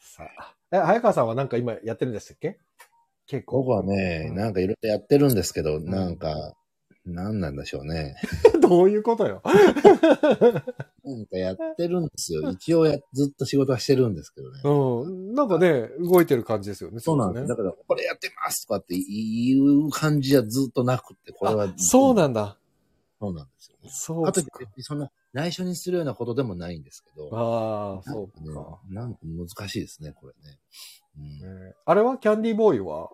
Speaker 1: さあ。え、早川さんはなんか今やってるんでしたっけ結
Speaker 2: ここ
Speaker 1: 構。
Speaker 2: はね、
Speaker 1: うん
Speaker 2: なんかいろいろやってるんですけど、なんか、なんなんでしょうね。
Speaker 1: どういうことよ。
Speaker 2: なんかやってるんですよ。一応や、ずっと仕事はしてるんですけどね。
Speaker 1: うん。なんかね、動いてる感じですよね。
Speaker 2: そうなんです。
Speaker 1: ね
Speaker 2: だ。から、これやってますとかっていう感じはずっとなくって、これは
Speaker 1: あ。そう
Speaker 2: な
Speaker 1: なんだ。
Speaker 2: そうなんですよ、ね。
Speaker 1: そう
Speaker 2: あと
Speaker 1: です
Speaker 2: 別
Speaker 1: か。
Speaker 2: にそんな内緒にするようなことでもないんですけど。
Speaker 1: ああ、そう
Speaker 2: ね
Speaker 1: か。
Speaker 2: なんか難しいですね、これね。うん
Speaker 1: ねあれはキャンディーボーイは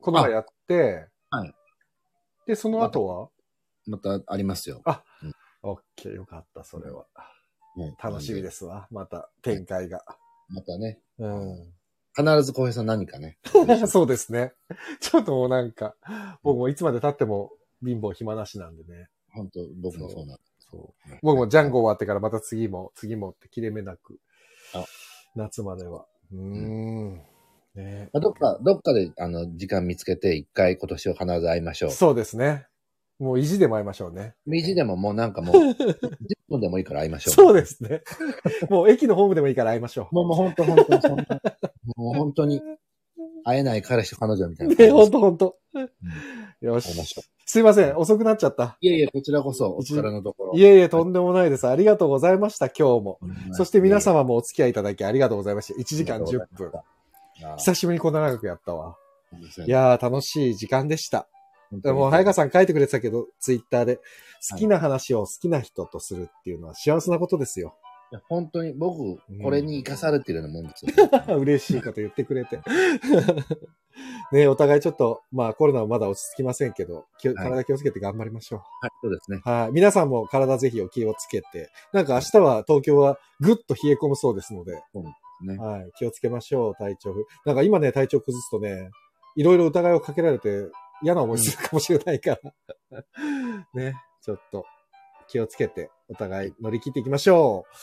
Speaker 1: この前やって、
Speaker 2: はい。
Speaker 1: で、その後は、
Speaker 2: またありますよ。
Speaker 1: オッケー、よかった、それは。
Speaker 2: もう
Speaker 1: 楽しみですわ、また展開が。
Speaker 2: またね、
Speaker 1: うん。
Speaker 2: 必ず浩平さん何かね。
Speaker 1: そうですね。ちょっともうなんか、僕もいつまで経っても貧乏暇なしなんでね。
Speaker 2: 本当僕もそうなんです。
Speaker 1: そう僕もジャンゴ終わってからまた次も、次もって切れ目なく
Speaker 2: あ。
Speaker 1: 夏までは。うーん。ね
Speaker 2: まあどっか、どっかで、あの、時間見つけて、一回今年を必ず会いましょう。
Speaker 1: そうですね。もう意地でも会いましょうね。
Speaker 2: 短でももうなんかもう、10 分でもいいから会いましょう。
Speaker 1: そうですね。 もう駅のホームでもいいから会いましょう。
Speaker 2: もうもう本当本当そんな、 もう本当に、会えない彼氏と彼女みたいな。
Speaker 1: ね、ほんとほんと。よ
Speaker 2: 会いましょ
Speaker 1: し。すいません。遅くなっちゃった。
Speaker 2: いえいえ、こちらこそ、お疲れのところ。
Speaker 1: いえいえ、とんでもないです。ありがとうございました、今日も。そして皆
Speaker 2: ん、
Speaker 1: 様もお付き合いいただきありがとうございました。1時間10分。久しぶりにこんな長くやったわ。い
Speaker 2: いや、
Speaker 1: やー、楽しい時間でした。でも、早
Speaker 2: 早
Speaker 1: 川さん書いてくれてたけど、ツイッターで、好きな話を好きな人とするっていうのは幸せなことですよ。
Speaker 2: 本当に僕
Speaker 1: うん、
Speaker 2: これに生かされてるようなもんです よ。
Speaker 1: 嬉しいこと言ってくれて。 ねお互いちょっと、まあコロナはまだ落ち着きませんけど、気を
Speaker 2: はい
Speaker 1: 体気をつけて頑張りましょ
Speaker 2: はい、そうですね。
Speaker 1: う。はい。皆さんも体ぜひお気をつけて、なんか明日は東京はぐっと冷え込むそうですので、
Speaker 2: ね
Speaker 1: はい。気をつけましょう、体調不。なんか今ね、体調崩すとね、いろいろ疑いをかけられて嫌な思いするかもしれないから。ね、ちょっと気をつけてお互い乗り切っていきましょう。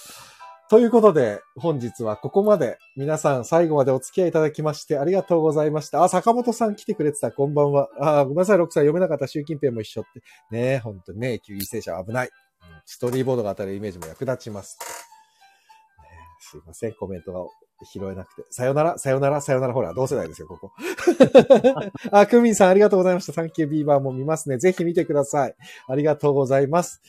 Speaker 1: ということで、本日はここまで。皆さん最後までお付き合いいただきましてありがとうございました。あ、坂本さん来てくれてた。こんばんは。あ、ごめんなさい、6歳読めなかった。習近平も一緒って。ねえ、ほんとね、急性者は危ない。うんストーリーボードが当たるイメージも役立ちます。ねえすいません、コメントが拾えなくて。さよなら、さよなら、さよなら。ほら、同世代ですよ、ここ。 あ、クミンさんありがとうございました。サンキュービーバーも見ますね。ぜひ見てください。ありがとうございます。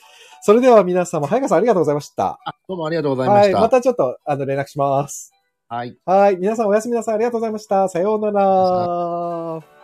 Speaker 1: それでは皆様、早川さんありがとうございました。
Speaker 2: どうもありがとうございま
Speaker 1: はい、
Speaker 2: した。
Speaker 1: またちょっと、あの、連絡します。
Speaker 2: はい。
Speaker 1: はい、皆さんおやすみなさい。ありがとうございました。さような
Speaker 2: さよ
Speaker 1: ら。